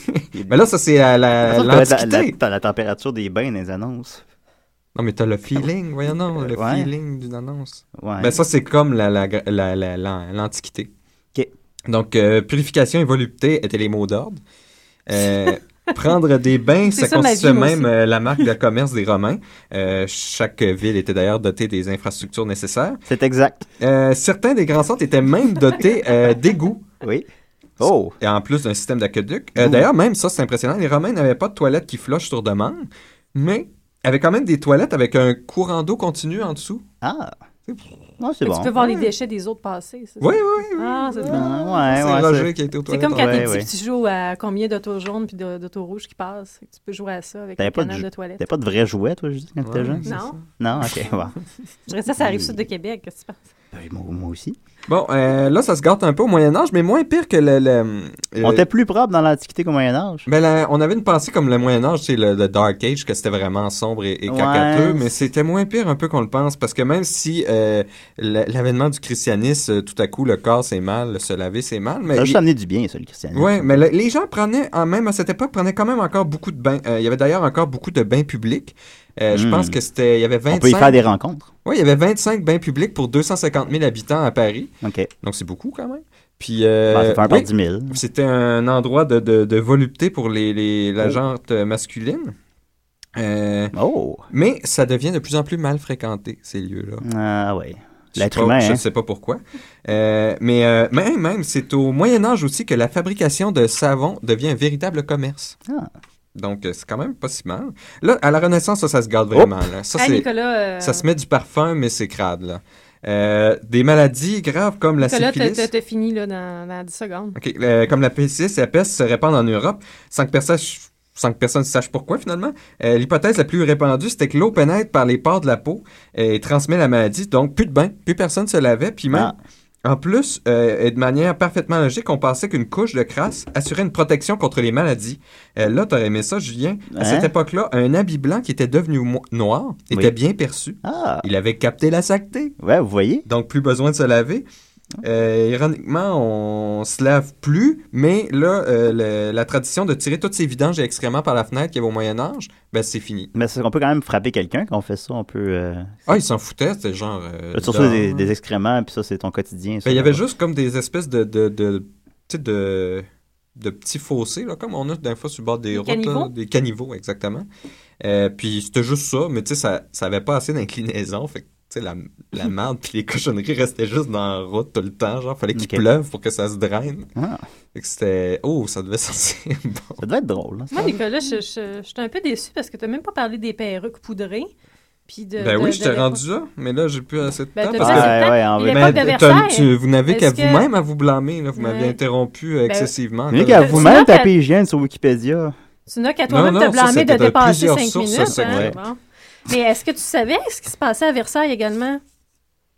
H: Mais là, ça, c'est à la-
F: T'as la, la,
H: l'Antiquité.
F: t'as la température des bains dans les annonces.
H: Non, mais t'as le feeling, voyons, non, le
F: Ouais.
H: feeling d'une annonce.
F: Ouais.
H: Ben, ça, c'est comme la- la- la- la- la- l'Antiquité.
F: OK.
H: Donc, euh, purification et volupté étaient les mots d'ordre. Euh, prendre des bains,
B: C'est
H: ça,
B: ça, ma vie,
H: constituait
B: moi
H: même
B: aussi.
H: euh, la marque de commerce des Romains. Euh, chaque ville était d'ailleurs dotée des infrastructures nécessaires. Euh,
F: C'est exact.
H: certains des grands centres étaient même dotés euh, d'égouts.
F: Oui. Oh!
H: Et en plus d'un système d'aqueduc. Euh,
F: Ouh.
H: D'ailleurs, même ça, c'est impressionnant. Les Romains n'avaient pas de toilettes qui flushent sur demande, mais avaient quand même des toilettes avec un courant d'eau continu en dessous.
F: Ah!
B: Fait que Tu peux voir les déchets des autres passer. c'est ça?
H: Oui, oui, oui.
B: Ah, c'est
F: Ah,
B: drôle.
F: ouais,
H: C'est
F: ouais,
H: Roger qui a été aux
B: C'est
H: toilettes.
B: comme quand
F: Ouais,
B: t'es petit,
F: ouais.
B: puis tu joues à combien d'autos jaunes puis de- d'autos rouges qui passent. Tu peux jouer à ça avec
F: T'avais
B: un
F: pas,
B: canal
F: de,
B: de
F: jou-
B: toilette.
F: t'avais pas de vrai jouet, toi, Judith, quand t'étais jeune?
B: Non.
F: Non,
H: (laughs)
F: ok, bon.
B: Je dirais ça, ça arrive sud de Québec. Qu'est-ce que tu penses?
F: Ben, moi, moi aussi.
H: Bon, euh, là, ça se gâte un peu au Moyen-Âge, mais moins pire que le. le- le-
F: On était plus propre dans l'Antiquité qu'au Moyen-Âge.
H: Ben, la- on avait une pensée comme le Moyen-Âge, c'est le, le Dark Age, que c'était vraiment sombre et, et
F: Ouais.
H: cacateux, mais c'était moins pire un peu qu'on le pense, parce que même si euh, l- l'avènement du christianisme, euh, tout à coup, le corps c'est mal, se laver c'est mal, mais.
F: Ça euh, a juste
H: il-
F: amené du bien, ça, le christianisme.
H: Ouais, mais le- les gens prenaient, en même à cette époque, prenaient quand même encore beaucoup de bains. Euh, il y avait d'ailleurs encore beaucoup de bains publics. Euh, Je
F: Hmm.
H: pense que c'était. Il y avait 25.
F: On peut y faire des rencontres.
H: Oui, il y avait 25 bains publics pour 250 000 habitants à Paris.
F: OK.
H: Donc, c'est beaucoup quand même. Puis, euh,
F: Ben, ça fait un par
H: oui,
F: 10 000.
H: c'était un endroit de, de- de volupté pour les, les-
F: Oh.
H: la gente masculine. Euh,
F: Oh!
H: Mais ça devient de plus en plus mal fréquenté, ces lieux-là.
F: Ah, ouais.
H: Je
F: L'être
H: sais pas-
F: humain,
H: Je
F: hein.
H: ne sais pas pourquoi. Euh, mais euh, même, même, c'est au Moyen Âge aussi que la fabrication de savon devient un véritable commerce.
F: Ah.
H: Donc, euh, c'est quand même pas si mal. Là, à la Renaissance, ça, ça se garde vraiment. là. Ça,
B: Hey,
H: c'est-
B: Nicolas, euh,
H: ça se met du parfum, mais c'est crade. Là. Euh, des maladies graves comme la
B: Parce que là, t'as-
H: syphilis.
B: t'as t'as fini là, dans, dans 10 secondes.
H: OK, euh, comme la pestis et la peste se répandent en Europe sans que personne, sans que personne ne sache pourquoi finalement. Euh, L'hypothèse la plus répandue, c'était que l'eau pénètre par les pores de la peau et transmet la maladie. Donc, plus de bain, plus personne se lavait, puis
F: Ah.
H: même... En plus, euh, et de manière parfaitement logique, on pensait qu'une couche de crasse assurait une protection contre les maladies. Euh, là, t'aurais aimé ça, Julien.
F: Hein?
H: À cette époque-là, un habit blanc qui était devenu mo- noir était
F: Oui.
H: bien perçu.
F: Ah,
H: Il avait capté la sacté. Ouais, vous voyez. Donc, plus besoin de se laver. Euh, ironiquement, on se lave plus, mais là, euh, le- la tradition de tirer toutes ces vidanges et excréments par la fenêtre qu'il y avait au Moyen-Âge, ben, c'est fini.
F: Mais c'est- on peut quand même frapper quelqu'un quand on fait ça. On peut. euh,
H: Ah, ils s'en foutaient, c'était genre... euh,
F: Ben, surtout
H: dans-
F: des, des excréments, puis ça, c'est ton quotidien. ça.
H: Ben, il y avait juste comme des espèces de, de, de, tu sais, de, de petits fossés, là, comme on a d'un fois sur le bord des, routes, là,
B: caniveaux?
H: des caniveaux, exactement. Euh, puis c'était juste ça, mais tu sais, ça, ça avait pas assez d'inclinaison, fait que tu sais, la, (laughs) la merde puis les cochonneries restaient juste dans la route tout le temps, genre, fallait qu'il
F: Ok.
H: pleuve pour que ça se draine.
F: Ah.
H: Fait que c'était... Oh, ça devait (laughs) sentir bon.
F: Ça devait être drôle.
B: Moi, Nicolas, je, je, je suis un peu déçue parce que tu n'as même pas parlé des perruques poudrées. Puis de,
H: Ben
B: de- de
H: oui, je t'ai
B: l'époque.
H: rendu là, mais là, j'ai plus assez de
B: Ben,
H: temps.
B: t'as
H: parce
B: plus
H: que-
B: assez de temps. Ouais, ouais, en vrai.
H: Ben,
B: L'époque de
H: t'as-
B: Versailles,
H: tu- vous n'avez qu'à
B: est-ce que-
H: vous-même à vous blâmer. Là. Vous m'avez
B: Ouais.
H: interrompu
B: Ben,
H: excessivement.
F: Vous
H: là.
F: n'avez qu'à
B: Tu
F: vous-même
B: n'as qu'à-
F: taper hygiène sur Wikipédia.
B: Tu n'as qu'à
F: Non,
B: toi-même
F: non,
B: te
F: ça,
B: blâmer
F: c'était
B: de
F: de
B: dépasser
F: plusieurs
B: 5
F: sources,
B: minutes.
F: ça,
B: hein,
F: ouais.
B: bon. Mais est-ce que tu savais ce qui se passait à Versailles également?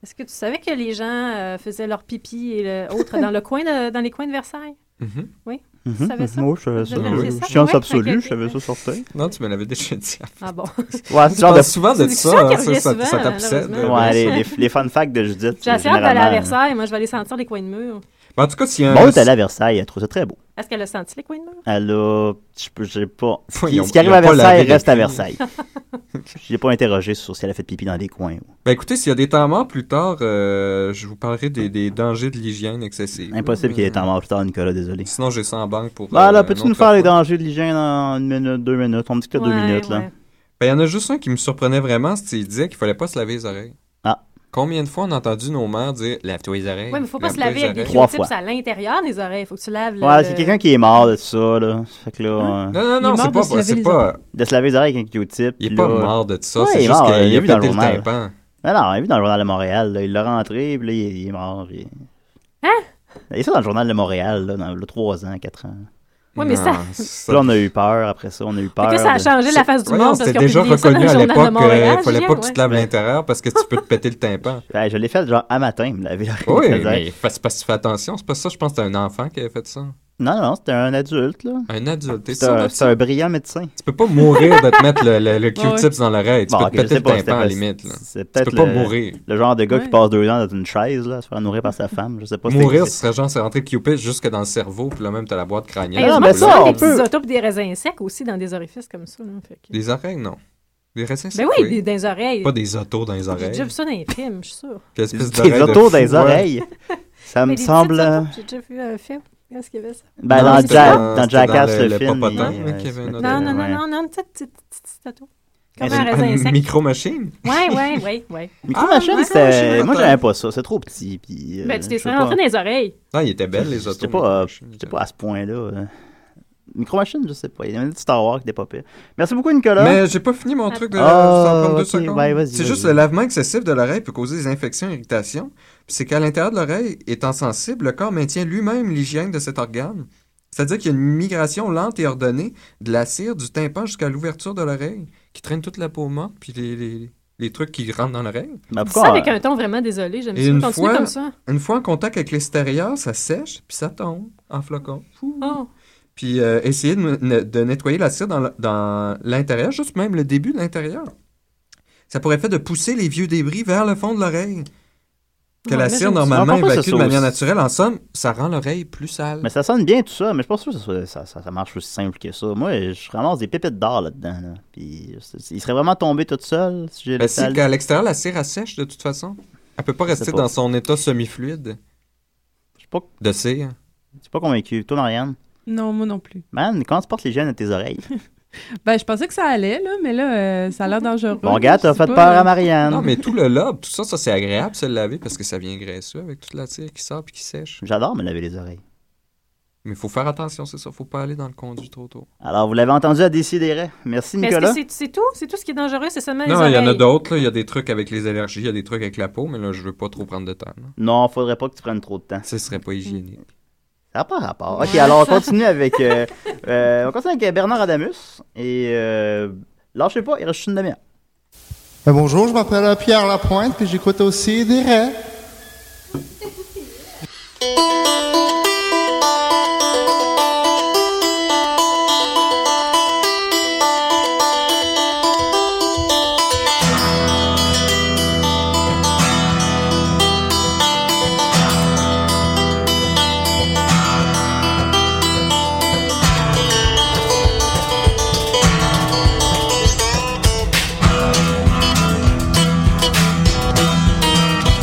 B: Est-ce que tu savais que les gens euh, faisaient leur pipi et le- autres dans, le coin de- dans les coins de Versailles?
H: Mhm.
B: Oui? Tu
F: Mhm.
B: savais ça?
F: Moi, je savais
B: Vous
F: ça.
B: avez
F: Oui.
B: réalisé ça?
F: Science
B: Ouais,
F: absolue,
B: ok,
F: je savais ça sortir.
H: Non, tu me l'avais déjà dit.
B: Ah bon?
F: Ouais,
H: Tu
F: ce genre
H: parles
F: de-
H: Ah, souvent de
F: C'est une
H: ça,
F: discussion
H: hein,
F: qui
H: ça,
F: revient
H: ça,
F: souvent,
H: ça t'obsède.
B: malheureusement.
F: Ouais, les, les, les fun facts de Judith.
B: J'ai assez hâte d'aller à Versailles. Moi, je vais aller sentir les coins de mur.
H: Mais en tout cas, s'il y a un-
F: Bon, est allée à Versailles, elle trouve ça très beau.
B: Est-ce qu'elle a senti les coins de mur?
F: Elle a. Je peux, j'ai
H: (laughs)
F: pas. Ce qui-
H: ils ont-
F: ce qui arrive
H: ils ont
F: à
H: pas lavé
F: Versailles
H: les
F: reste à
H: culs. (laughs)
F: Versailles. Je l'ai pas interrogé sur si elle a fait pipi dans des coins.
H: Ben écoutez, s'il y a des temps morts plus tard, euh, je vous parlerai des, des dangers de l'hygiène excessive. Euh,
F: Impossible qu'il y ait des temps morts plus tard, Nicolas, désolé.
H: Sinon, j'ai ça en banque pour.
F: Voilà,
H: euh, un
F: peux-tu
H: autre
F: nous faire les
H: fois.
F: dangers de l'hygiène en une minute, deux minutes? On me dit que deux
H: Ouais,
F: minutes, là.
H: ouais. Ben il y en a juste un qui me surprenait vraiment, c'est qu'il disait qu'il fallait pas se laver les oreilles.
F: Ah.
H: Combien de fois on a entendu nos mères dire lave-toi les oreilles
B: Oui, mais faut pas se
H: lave-toi
B: laver
H: les
B: avec des
H: oreilles.
F: Trois
B: cryotips
F: fois.
B: à l'intérieur des oreilles. Faut que tu laves le-
F: Ouais,
B: le-
F: c'est quelqu'un qui est mort de ça, là. Fait que là. euh,
H: Non, non, non, c'est pas. C'est pas
F: De se laver les oreilles avec un Q-tip.
H: Hein? Il est
F: puis
H: pas
F: là-
H: mort de ça,
F: Ouais,
H: c'est
F: il est
H: juste
F: mort,
H: qu'il
F: il
H: a
F: l'a vu dans le
H: pété le
F: journal.
H: tympan.
F: Mais non, il l'a vu dans le journal de Montréal. là. Il l'a rentré, puis là, il il est mort. puis-
B: Hein?
F: Il y a ça dans le journal de Montréal, là, dans le 3 ans, 4 ans.
B: Ouais, mais ça- Non,
F: Puis (laughs) là, on a eu peur après ça. On a eu peur.
B: que là, ça a
F: de-
B: changé la face du
H: Ouais,
B: monde
H: non,
B: parce
H: c'était
B: qu'ils ont
H: déjà
B: publié ça dans
H: reconnu
B: le
H: à
B: journal de
H: l'époque
B: Montréal,
H: qu'il fallait
B: Julien,
H: pas que tu te laves
B: ouais.
H: l'intérieur parce que tu peux te péter le tympan.
F: Ouais, Ben, je l'ai fait genre à matin, me laver l'oreille.
H: Oui,
F: Ça faisait-
H: mais fa- c'est parce que tu fais attention. C'est pas ça, je pense que c'était un enfant qui avait fait ça.
F: Non, non, c'était un adulte, là.
H: Un adulte, t'es
F: C'était
H: sûr
F: un,
H: de
F: c'était
H: ça?
F: un brillant médecin.
H: Tu peux pas mourir de te mettre le,
F: (laughs)
H: le- le Q-tips dans l'oreille. Tu
F: Bon,
H: peux
F: ok,
H: te
F: je sais
H: péter le
F: pas,
H: tympan
F: c'était
H: à la
F: pas-
H: limite. là.
F: C'est
H: Tu
F: peut-être
H: peux pas
F: le-
H: mourir.
F: Le genre de gars qui
H: Ouais.
F: passe deux ans dans une chaise, là, à se faire nourrir par sa femme. Je sais pas.
H: Mourir,
F: c'est-
H: ce serait genre, c'est rentrer le Q-tips jusque dans le cerveau, puis là même, t'as la boîte crânienne.
B: Hey,
H: qui
B: je
H: brûle.
B: mange souvent des petits autopes des raisins secs aussi dans des orifices comme ça. là, fait que-
H: Des oreilles, non. Des racines
B: Ben oui, des- dans les oreilles.
H: Pas des autos dans les
B: J'ai
H: oreilles.
B: déjà vu ça dans les films, je suis sûre.
H: Quelle espèce
F: Des
H: d'oreille de
F: autos
H: fou, hein.
F: dans les
B: (laughs)
H: ouais.
F: oreilles. Ça
B: Mais
F: me
B: des petites
F: semble,
B: autopes,
F: euh,
B: J'ai déjà vu un film. Qu'est-ce qu'il y avait ça?
F: Ben,
H: Non,
F: dans,
H: c'était
F: Jack-
H: dans-
F: dans
H: c'était
F: Jackass,
H: dans
F: le,
H: le- le
F: film.
H: popotin,
F: il-
H: hein,
F: ouais,
H: qu'il y avait Eh,
F: il se
H: un
F: mettait-
B: Non, non, non,
F: ouais.
B: non, non, une petite, petite, petite, petite auto. Comme un raisin
H: Une
B: sec.
H: micro-machine?
B: Ouais, ouais, ouais,
H: (laughs)
B: ouais.
F: Micro-machine,
B: Ah,
F: c'était-
B: micro-machine,
F: Moi,
H: attends.
F: j'aimais pas ça. C'est trop petit. Puis, euh,
B: Ben, tu t'es
F: je sais
B: rentré dans
F: pas.
B: les oreilles.
H: Non, il était belle, les
F: J'étais
H: autos.
F: pas, euh, j'étais pas à ce point-là. euh. Micro-machine, je sais pas. Il y avait du Star Wars qui était pas pire. Merci beaucoup, Nicolas.
H: Mais j'ai pas fini mon truc de.
F: Ah,
H: ça prend deux
F: ok,
H: secondes.
F: ouais, vas-y,
H: c'est
F: vas-y.
H: juste le lavement excessif de l'oreille peut causer des infections et irritations. Puis c'est qu'à l'intérieur de l'oreille, étant sensible, le corps maintient lui-même l'hygiène de cet organe. C'est-à-dire qu'il y a une migration lente et ordonnée de la cire du tympan jusqu'à l'ouverture de l'oreille, qui traîne toute la peau morte, puis les, les- les trucs qui rentrent dans l'oreille.
F: Ben,
B: Dis ça avec un ton vraiment désolé. J'aime
H: Et une
B: ça. Continue
H: fois,
B: comme ça.
H: une fois en contact avec l'extérieur, ça sèche, puis ça tombe en flocons.
B: Oh.
H: Puis euh, essayer de, ne- de nettoyer la cire dans le- dans l'intérieur, juste même le début de l'intérieur. Ça pourrait faire de pousser les vieux débris vers le fond de l'oreille. Que
F: Ouais,
H: la
F: mais ça
H: cire
F: aussi.
H: normalement
F: Ah, pourquoi ça
H: évacue de
F: sauce?
H: manière naturelle. En somme, ça rend l'oreille plus sale.
F: Mais ça sonne bien tout ça, mais je pense pas que ça, soit- ça, ça- ça marche aussi simple que ça. Moi, je ramasse des pépites d'or là-dedans. là. Puis, c'est- il serait vraiment tombé tout seul si j'ai
H: Ben,
F: laissé
H: c'est
F: aller.
H: qu'à l'extérieur, la cire, elle sèche de toute façon. Elle peut pas
F: Je sais
H: rester
F: pas.
H: dans son état semi-fluide.
F: Je suis pas,
H: de cire.
F: Je suis pas convaincu. Toi, Marianne?
I: Non, moi non plus.
F: Marianne, quand tu portes les gènes à tes oreilles?
I: Ben, je pensais que ça allait, là, mais là, euh, ça a l'air dangereux.
F: Bon, gars, t'as
I: Je sais
F: fait
I: pas,
F: peur
I: là.
F: à Marianne.
H: Non, mais tout le lobe, tout ça, ça c'est agréable de se le laver parce que ça vient graisseux avec toute la cire qui sort puis qui sèche.
F: J'adore me laver les oreilles.
H: Mais faut faire attention, c'est ça. Faut pas aller dans le conduit trop tôt.
F: Alors, vous l'avez entendu à Décideret. Merci,
B: Mais est-ce que
F: Nicolas.
B: c'est- c'est tout? C'est tout ce qui est dangereux? C'est seulement les
H: Non,
B: oreilles?
H: il y en a d'autres. là. Il y a des trucs avec les allergies, il y a des trucs avec la peau, mais là, je veux pas trop prendre de temps. là.
F: Non, faudrait pas que tu prennes trop de temps.
H: Ce serait pas hygiénique.
F: Ça n'a pas rapport. Ok,
P: Ouais.
F: alors on continue avec. euh, euh, on continue avec euh, Bernard Adamus. Et euh, lâchez pas, il reste juste une demi-heure.
Q: Ben, bonjour, je m'appelle Pierre Lapointe, puis j'écoute aussi des raies.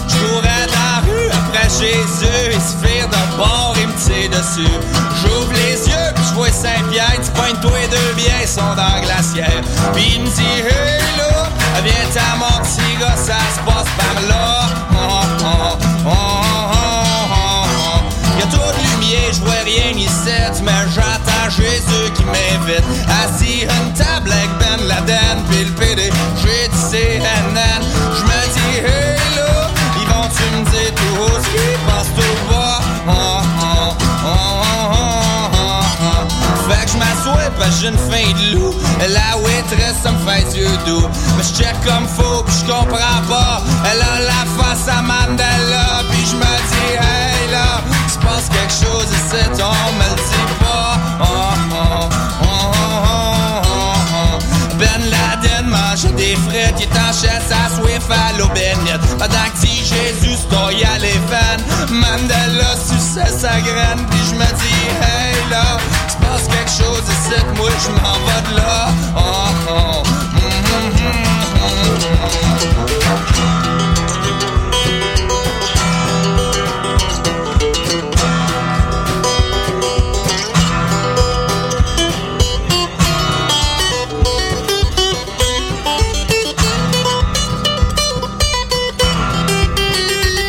C: Je courais dans la rue (laughs) après Jésus, il se vire de bord, il me tire dessus. J'ouvre les yeux, puis je vois Saint-Pierre, tu pointes toi et deux biens, ils sont dans la glacière. Puis il me dit, hey là, viens ta mort, petit gars, ça se passe par là. Oh, oh, oh, oh, oh, oh. Y a trop de lumière, je vois rien ici, mais j'entends Jésus qui m'invite. Assis à une table avec Ben Laden, puis le PD, j'ai dit CNN. Je me dis, hey là, ils vont-tu me dire tout haut ce qui passe tout bas? Oh, oh, oh, oh, oh, oh, oh. Fait que je m'assois parce que j'ai une faim de loup. La waitress, ça me fait du doux. Mais je check comme faux puis je comprends pas. Elle a la face à Mandela puis je me dis, hey là, se passe quelque chose ici, on me le dit pas. Oh, oh, oh, oh, oh, oh. Ben Laden mangeait des frites, il tanchait sa Swift à l'aubénite. Pendant que si Jésus stoïa à les fans, Mandela suçait sa graine, puis je me dis, hey là, se passe quelque chose ici, moi je m'en vais de là. Oh, oh. Mm, mm, mm, mm, mm.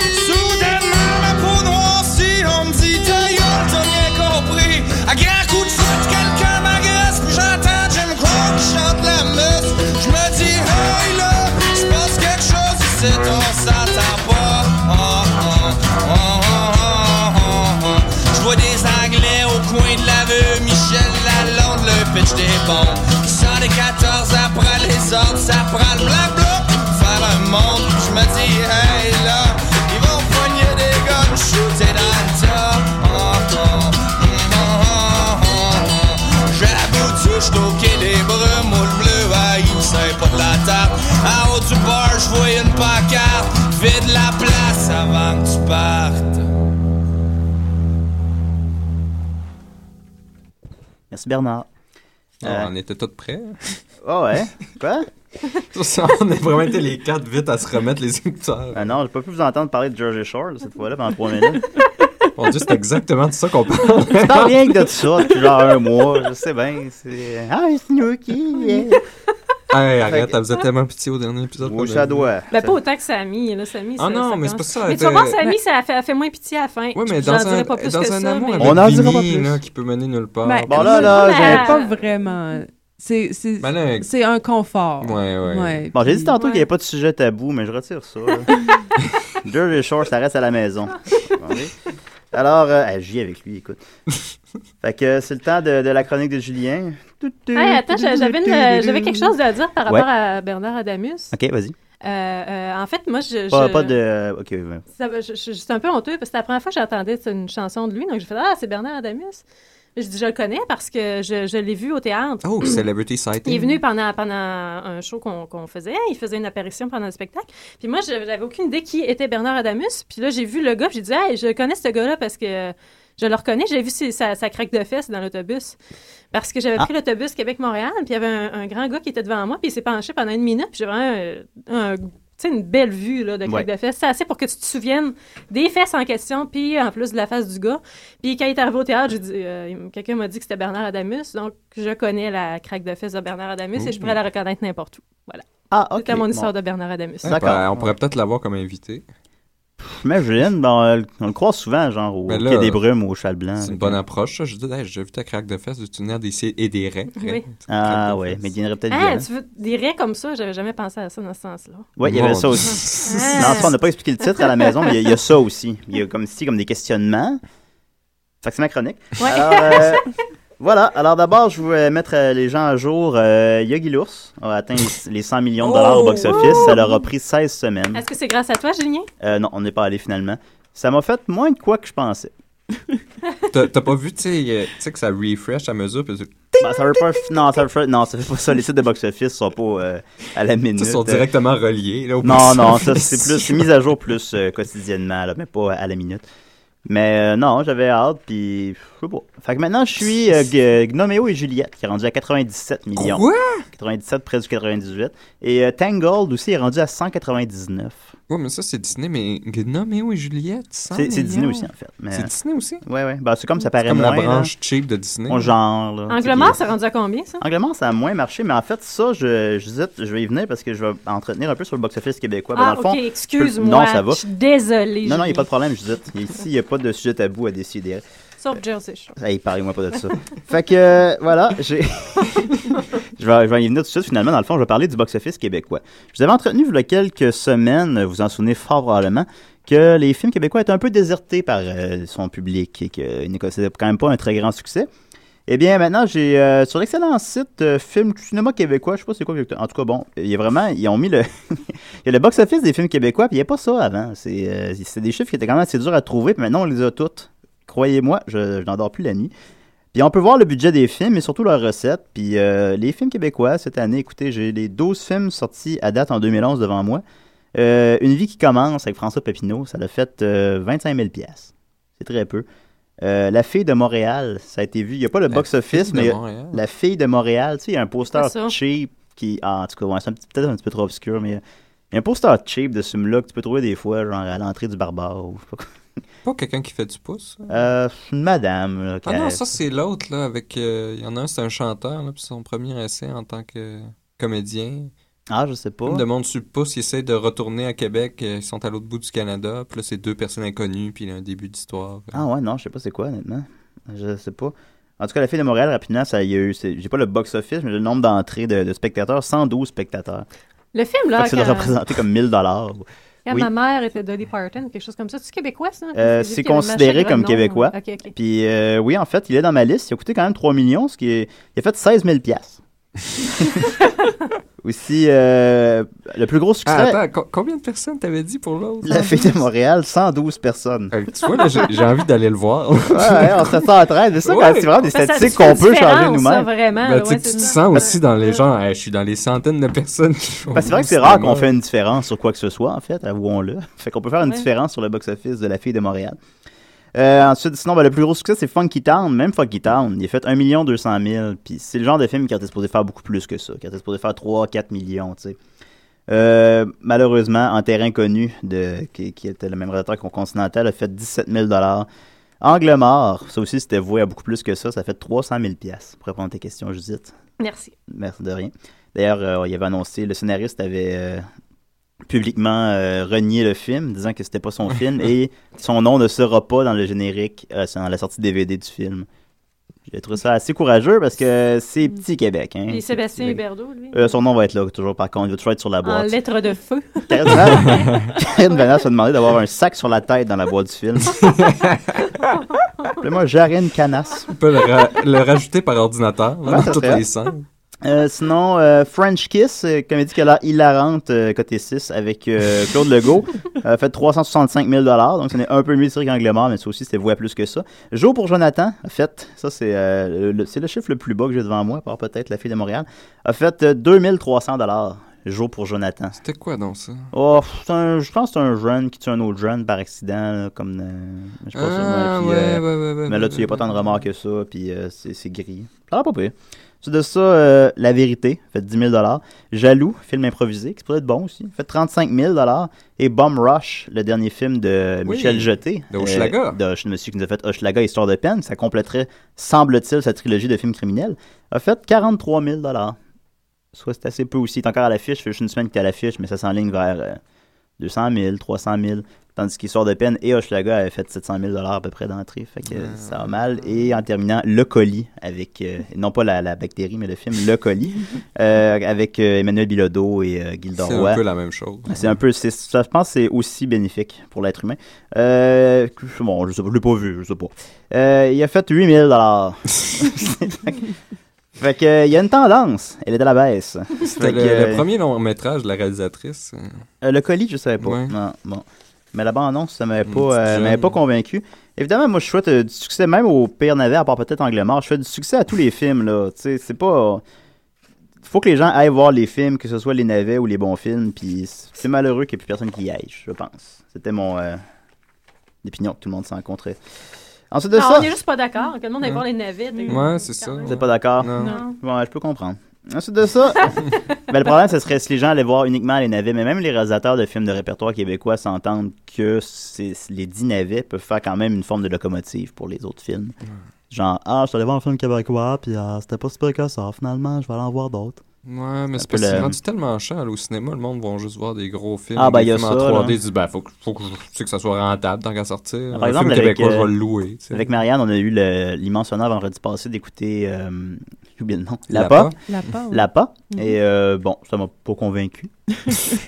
C: Soudainement, la peau noircie, on me dit ta gueule, t'as rien compris. À grand coup de foot, quelqu'un m'agresse, puis j'entends Jim Crow qui chante la messe. Je me dis, hey là, se passe quelque chose ici, on s'entend pas. Oh, oh, oh, oh, oh, oh, oh. Je vois des Anglais au coin de la rue, Michel Lalonde, le pitch des bombes. Qui sort les 14 après les ordres, ça prend le blabla pour faire un monde. Je me dis, hey là, ils vont poigner des guns, shooter dans le tas. Oh, oh, mm, oh, oh, oh, oh. J'ai la bouture, j'suis au quai des brumes où le bleu haït, c'est pas de la table. En haut du bar, j'vois une pancarte, vide la place avant que tu partes.
F: Merci Bernard.
H: Ah, On était tous (laughs) prêts.
F: Ah ouais? Quoi?
H: on a vraiment été les quatre vite à se remettre les écouteurs.
F: Ah non, j'ai pas pu vous entendre parler de George Shore là, cette fois-là pendant trois minutes.
H: Mon Dieu, c'est exactement de ça qu'on parle.
F: Tu parles rien que de ça depuis genre un mois, je sais bien. c'est- Ah, Snooki! yeah.
H: Hey, arrête, vous êtes tellement pitié au dernier épisode.
F: Oui, ça doit.
B: Ben, pas autant que Samy. Là, Samy
H: Ah
B: ça-
H: non,
B: ça
H: mais c'est
B: commence-
H: pas ça,
B: Mais tu vas voir,
H: ben-
B: Samy, ça a fait, a fait moins pitié à la fin.
H: Oui, mais
B: J'en
H: dans
B: dirai
H: un,
B: pas plus
H: dans
B: que
H: un
B: ça,
H: amour
B: mais-
H: avec
F: On en dira pas
H: Vinny,
F: plus.
H: là, qui peut mener nulle part.
I: Ben,
F: Bon, Oh là, là,
I: c'est
F: j'ai-
I: pas vraiment. C'est, c'est,
H: Ben là,
I: c'est un confort.
H: Ouais, ouais.
F: Bon, j'ai dit
I: puis-
F: tantôt qu'il n'y avait pas de sujet tabou, mais je retire ça. là. George Shore, ça reste à la maison. Ok. Alors, euh, eh, j'y vais avec lui, écoute. fait que euh, c'est le temps de, de la chronique de Julien.
B: Hey, attends, j'a- j'avais une- euh, j'avais quelque chose à dire par
F: Ouais.
B: rapport à Bernard Adamus.
F: Ok, vas-y.
B: Euh, euh, en fait, moi, je.
F: Pas,
B: je-
F: pas de. Euh, Ok, ben, ouais.
B: Ça, va- je, je- je suis un peu honteux parce que c'est la première fois que j'entendais une chanson de lui. Donc, j'ai fait Ah, c'est Bernard Adamus. Je dis Je le connais parce que je, je l'ai vu au théâtre.
H: Oh, Celebrity Sighting.
B: Il est venu pendant, pendant un show qu'on qu'on faisait. Il faisait une apparition pendant le spectacle. Puis moi, je- j'avais aucune idée qui était Bernard Adamus. Puis là, j'ai vu le gars. puis J'ai dit, hey, je connais ce gars-là parce que je le reconnais. J'ai vu ses- sa, sa craque de fesses dans l'autobus. Parce que j'avais
F: Ah.
B: pris l'autobus Québec-Montréal. Puis il y avait un, un grand gars qui était devant moi. Puis il s'est penché pendant une minute. Puis j'ai vraiment euh, un- un- tu sais, une belle vue là, de craque
I: Ouais.
B: de fesses. C'est assez pour que tu te souviennes des fesses en question. Puis en plus de la face du gars. Puis quand il est arrivé au théâtre, j'ai dit, euh, quelqu'un m'a dit que c'était Bernard Adamus. Donc je connais la craque de fesses de Bernard Adamus et je
H: Ouh.
B: pourrais la reconnaître n'importe où. Voilà.
F: Ah,
B: C'était mon histoire de Bernard Adamus.
H: Ah, ben, on pourrait peut-être l'avoir comme invité.
F: J'imagine, ben, on le- on le croise souvent, genre au
H: Ben là,
F: Quai des Brumes ou au Châle Blanc.
H: C'est une
F: avec-
H: bonne approche, ça. Je dis, hey, j'ai vu ta craque de fesses du tunnel des cils et des raies.
B: Oui.
H: Raies.
F: Ah, ouais, mais il viendrait peut-être
B: Ah,
F: bien.
B: tu veux des raies comme ça? J'avais jamais pensé à ça dans ce sens-là.
F: Oui, il y avait
H: Mon
F: ça
H: Dieu.
F: aussi.
B: Ah.
F: Non, en tout cas, on n'a pas expliqué le titre à la maison, mais il y a- il y, a ça aussi. Il y a comme si, comme des questionnements. Fait que c'est ma chronique.
B: Ouais.
F: Alors, euh, voilà. Alors d'abord, je voulais mettre euh, les gens à jour. Euh, Yogi Lours a atteint les- les 100 millions de dollars au box-office. Ça leur a pris 16 semaines.
B: Oh! Est-ce que c'est grâce à toi, Julien?
F: Euh, non, on n'est pas allé finalement. Ça m'a fait moins de quoi que je pensais.
H: T'as t'as pas vu, tu sais, euh, tu sais, que ça refresh à mesure. Puis...
F: Ben, ça veut pas- non, ça veut pas- non, ça fait pas ça. Les sites de box-office sont pas euh, à la minute.
H: Ils sont directement reliés. là, au
F: Non, non, ça,
H: box-office.
F: c'est plus
H: (laughs)
F: c'est mis à jour plus euh, quotidiennement, là, mais pas à la minute. Mais euh, non, j'avais hâte, puis je sais pas. Fait que maintenant, je suis euh, G- Gnoméo et Juliette, qui est rendu à 97 millions.
H: Quoi?
F: 97, près du 98. Et euh, Tangled aussi est rendu à 199.
H: Ouais, mais ça, c'est Disney, mais Gnoméo et Juliette, 100
F: C'est c'est Disney
H: millions.
F: aussi, hein. Euh, en fait. mais-
H: C'est Disney aussi?
F: Ouais, ouais. Ben, c'est comme ça paraît
H: comme la
F: moins, là.
H: branche cheap de Disney.
F: On genre, là.
B: Angle mort, ça rendu à combien, ça?
F: Anglement, ça a moins marché, mais en fait, ça, je, je disais, je vais y venir parce que je vais entretenir un peu sur le box-office québécois. Ben,
B: Ah,
F: dans le fond,
B: ok,
F: je peux-
B: excuse-moi.
F: Non, ça va.
B: Je suis désolée.
F: Non, non, il n'y a
B: Julien.
F: pas de problème, je disais. Ici, il n'y a pas de sujet tabou à décider.
B: Sauf Jersey Shore.
F: Hey, parlez-moi pas de ça. fait que, euh, voilà, j'ai... (laughs) je, vais, je vais y venir tout de suite, finalement. Dans le fond, je vais parler du box-office québécois. Je vous avais entretenu, il y a quelques semaines, vous vous en souvenez fort probablement, que les films québécois étaient un peu désertés par euh, son public et qu'ils ne connaissaient quand même pas un très grand succès. Eh bien, maintenant, j'ai euh, sur l'excellent site euh, Film Cinéma québécois, je sais pas c'est quoi exactement. En tout cas, bon, il y a vraiment, ils ont mis le, il y a le box-office des films québécois, puis il n'y a pas ça avant. C'est euh, c'est des chiffres qui étaient quand même assez durs à trouver, puis maintenant on les a toutes. Croyez-moi, je, je n'endors plus la nuit. Puis on peut voir le budget des films et surtout leurs recettes. Puis euh, les films québécois cette année, écoutez, j'ai les 12 films sortis à date en 2011 devant moi. Euh, Une vie qui commence avec François Papineau, ça l'a fait euh, 25 000 pièces. C'est très peu. Euh, la fille de Montréal, ça a été vu. Il n'y a pas le box-office,
H: fille de
F: mais euh,
H: Montréal.
F: La fille de Montréal, tu sais, il y a un poster
H: C'est ça.
F: cheap qui. ah, en tout cas, ouais, c'est un petit- peut-être un petit peu trop obscur, mais euh, il y a un poster cheap de ce film-là que tu peux trouver des fois, genre à l'entrée du barbare ou je sais pas quoi.
H: Pas quelqu'un qui fait du pouce. ça?
F: Euh, une madame. là, qui
H: Ah non,
F: a-
H: ça, c'est l'autre, là, avec... euh, Il y en a un, c'est un chanteur, là, puis son premier essai en tant que comédien.
F: Ah, je sais pas.
H: Ils me demandent sur le pouce, ils essaient de retourner à Québec, euh, ils sont à l'autre bout du Canada, puis là, c'est deux personnes inconnues, puis il y a un début d'histoire.
F: Ah ouais, non, je sais pas c'est quoi, honnêtement. Je sais pas. En tout cas, la fille de Montréal, rapidement, ça y a eu. c'est- J'ai pas le box-office, mais j'ai le nombre d'entrées de, de spectateurs 112 spectateurs.
B: Le film,
F: Fait
B: là,
F: que
H: Ah,
F: ça doit
B: quand-
F: représenter comme 1000 dollars.
B: Quand ma mère était Dolly Parton, quelque chose comme ça. C'est québécois, ça?
F: Euh,
B: J'ai vu
F: c'est
B: qu'il y avait
F: considéré
B: Macha
F: comme
B: Grenon.
F: québécois.
B: OK, OK.
F: Puis euh, oui, en fait, il est dans ma liste. Il a coûté quand même 3 millions, ce qui est... Il a fait 16 000 (laughs) piastres. Aussi, euh, le plus gros succès,
H: Ah, attends, co- combien de personnes t'avais dit pour l'autre?
F: la fille de Montréal, 112 personnes.
H: Tu vois, là, j'ai j'ai envie d'aller le voir.
F: Ouais, ouais, on se sent en train. C'est ça,
H: Ouais.
F: quand c'est vraiment des
B: Ça, ça
F: statistiques
B: fait une
F: qu'on peut changer
B: différence, hein.
F: nous-mêmes.
B: ça, vraiment,
H: Ben,
B: là,
H: tu
B: ouais,
H: sais, tu
B: c'est
H: te
B: ça.
H: sens aussi dans les gens, Hey, je suis dans les centaines de personnes qui font.
F: Ben, c'est vrai que c'est rare qu'on fait une différence sur quoi que ce soit, en fait, avouons-le. (laughs) Fait qu'on peut faire une
H: Ouais.
F: différence sur le box-office de La Fille de Montréal. Euh, ensuite, sinon, ben, le plus gros succès, c'est Funky Town. Même Funky Town, il a fait 1 200 000. Puis c'est le genre de film qui était supposé faire beaucoup plus que ça. Qui était supposé faire 3-4 millions, tu sais. Euh, malheureusement, En terrain connu, de, qui, qui était le même réalisateur qu'on Continental, a fait 17 000 Angle mort, ça aussi, c'était voué à beaucoup plus que ça. Ça fait 300 000 pour répondre à tes questions, Judith.
B: Merci.
F: Merci de rien. D'ailleurs, euh, il avait annoncé, le scénariste avait euh, publiquement euh, renié le film, disant que c'était pas son film et son nom ne sera pas dans le générique, euh, dans la sortie DVD du film. J'ai trouvé ça assez courageux parce que c'est petit Québec. Hein.
B: Et Sébastien Huberdeau, lui?
F: Euh, son nom va être là, toujours, par contre. Il va toujours être sur la
B: En
F: (laughs) boîte.
B: lettres de feu.
F: Karine Vanasse- Karine Vanasse a demandé d'avoir un sac sur la tête dans la boîte du film. Appelez-moi Jarine Canasse.
H: On peut le, ra- le rajouter par ordinateur, là,
F: Ouais,
H: dans
F: ça
H: toutes
F: serait
H: les
F: hot.
H: scènes.
F: Euh, sinon, euh, French Kiss, euh, comédie qui a l'air hilarante euh, côté 6 avec euh, Claude Legault, a fait 365 000 donc c'est un peu mieux tiré qu'Angle mort, mais ça aussi c'était voué à plus que ça. Jour pour Jonathan, a fait, ça c'est euh, le, c'est le chiffre le plus bas que j'ai devant moi, par peut-être la fille de Montréal, a fait euh, 2300 Jour pour Jonathan.
H: C'était quoi donc ça?
F: Oh, c'est un- je pense que c'est un jeune qui tue un autre jeune par accident, là, comme. euh, je sais pas
H: Ah,
F: sûr, moi, puis,
H: ouais,
F: euh,
H: ouais, ouais, ouais,
F: Mais là,
H: ouais,
F: tu n'y a
H: ouais,
F: pas tant de
H: ouais.
F: remords que ça, puis euh, c'est c'est gris. Ça a l'air pas pire. Ensuite de ça, euh, La Vérité, fait 10 000 Jaloux, film improvisé, qui pourrait être bon aussi, fait 35 000 Et Bomb Rush, le dernier film de
H: Oui,
F: Michel Jeté. euh,
H: de Hochelaga.
F: de Hoch- monsieur qui nous a fait Hochelaga, Histoire de peine. Ça compléterait, semble-t-il, sa trilogie de films criminels. A fait 43 000 Soit c'est assez peu aussi. Il est encore à l'affiche. Fait juste une semaine qu'il est à l'affiche, mais ça s'enligne vers euh, 200 000, 300 000. Tandis qu'Histoire de peine et Hochelaga avaient fait 700 000 à peu près d'entrée. Fait que
H: Ah.
F: ça va mal. Et en terminant, Le Colis, avec, euh, non pas la, la bactérie, mais le film Le
H: (laughs)
F: Colis, euh, avec euh, Emmanuel Bilodeau et euh, Gilda
H: C'est
F: Roy.
H: un peu la
F: (laughs)
H: même chose.
F: C'est un peu, c'est- ça, je pense que c'est aussi bénéfique pour l'être humain. Euh, que- bon, je sais pas, je l'ai pas vu, je sais pas. Euh, il a fait 8000
H: (laughs)
F: dollars. (laughs) fait que, euh, il y a une tendance, elle est à la baisse.
H: C'était
F: Fait que,
H: le, le
F: euh,
H: premier long métrage de la réalisatrice. euh,
F: euh, le colis, je savais pas.
H: Ouais.
F: Non, bon. Mais l'abandon, ça m'avait pas,
H: petite
F: euh,
H: gêne.
F: m'avait pas convaincu. Évidemment, moi, je souhaite euh, du succès, même au pire navet, à part peut-être Angle mort. Je fais du succès à tous les films, là. Tu sais, c'est pas. Faut que les gens aillent voir les films, que ce soit les navets ou les bons films, puis c'est malheureux qu'il n'y ait plus personne qui y aille, je pense. C'était mon euh, opinion, que tout le monde s'en rencontrait. Ensuite de
B: Ah,
F: ça.
B: on est juste pas d'accord. Que le monde aille voir les navets. des-
F: Vous êtes pas d'accord?
B: Non. Non.
F: Ouais, je peux comprendre. Ensuite
I: (laughs)
F: de ça, ben, le problème, ce serait si les gens allaient voir uniquement les navets, mais même les réalisateurs de films de répertoire québécois s'entendent que c'est- les dix navets peuvent faire quand même une forme de locomotive pour les autres films. Genre, ah, je suis allé voir un film québécois, puis ah, c'était pas super que ça, finalement, je vais aller en voir d'autres.
H: Ouais, mais
F: Un
H: c'est
F: peu
H: parce que c'est
F: le-
H: rendu tellement cher aller au cinéma, le monde va juste voir des gros films.
F: Ah, ben,
H: des
F: il y a
H: films en
F: ça, là.
H: 3D, ils disent, ben, faut que, faut que, je- tu sais, que ça soit rentable tant qu'à sortir.
F: Par
H: un
F: exemple,
H: film
F: avec,
H: québécois, je
F: euh,
H: vais le louer. tu sais.
F: Avec Marianne, on a eu le- l'immense honneur vendredi passé d'écouter, euh, j'ai oublié le nom,
H: Lapa.
F: Lapa.
I: Lapa, oui.
F: Lapa.
I: Mhm.
F: Et euh, bon, ça m'a pas convaincu. (laughs)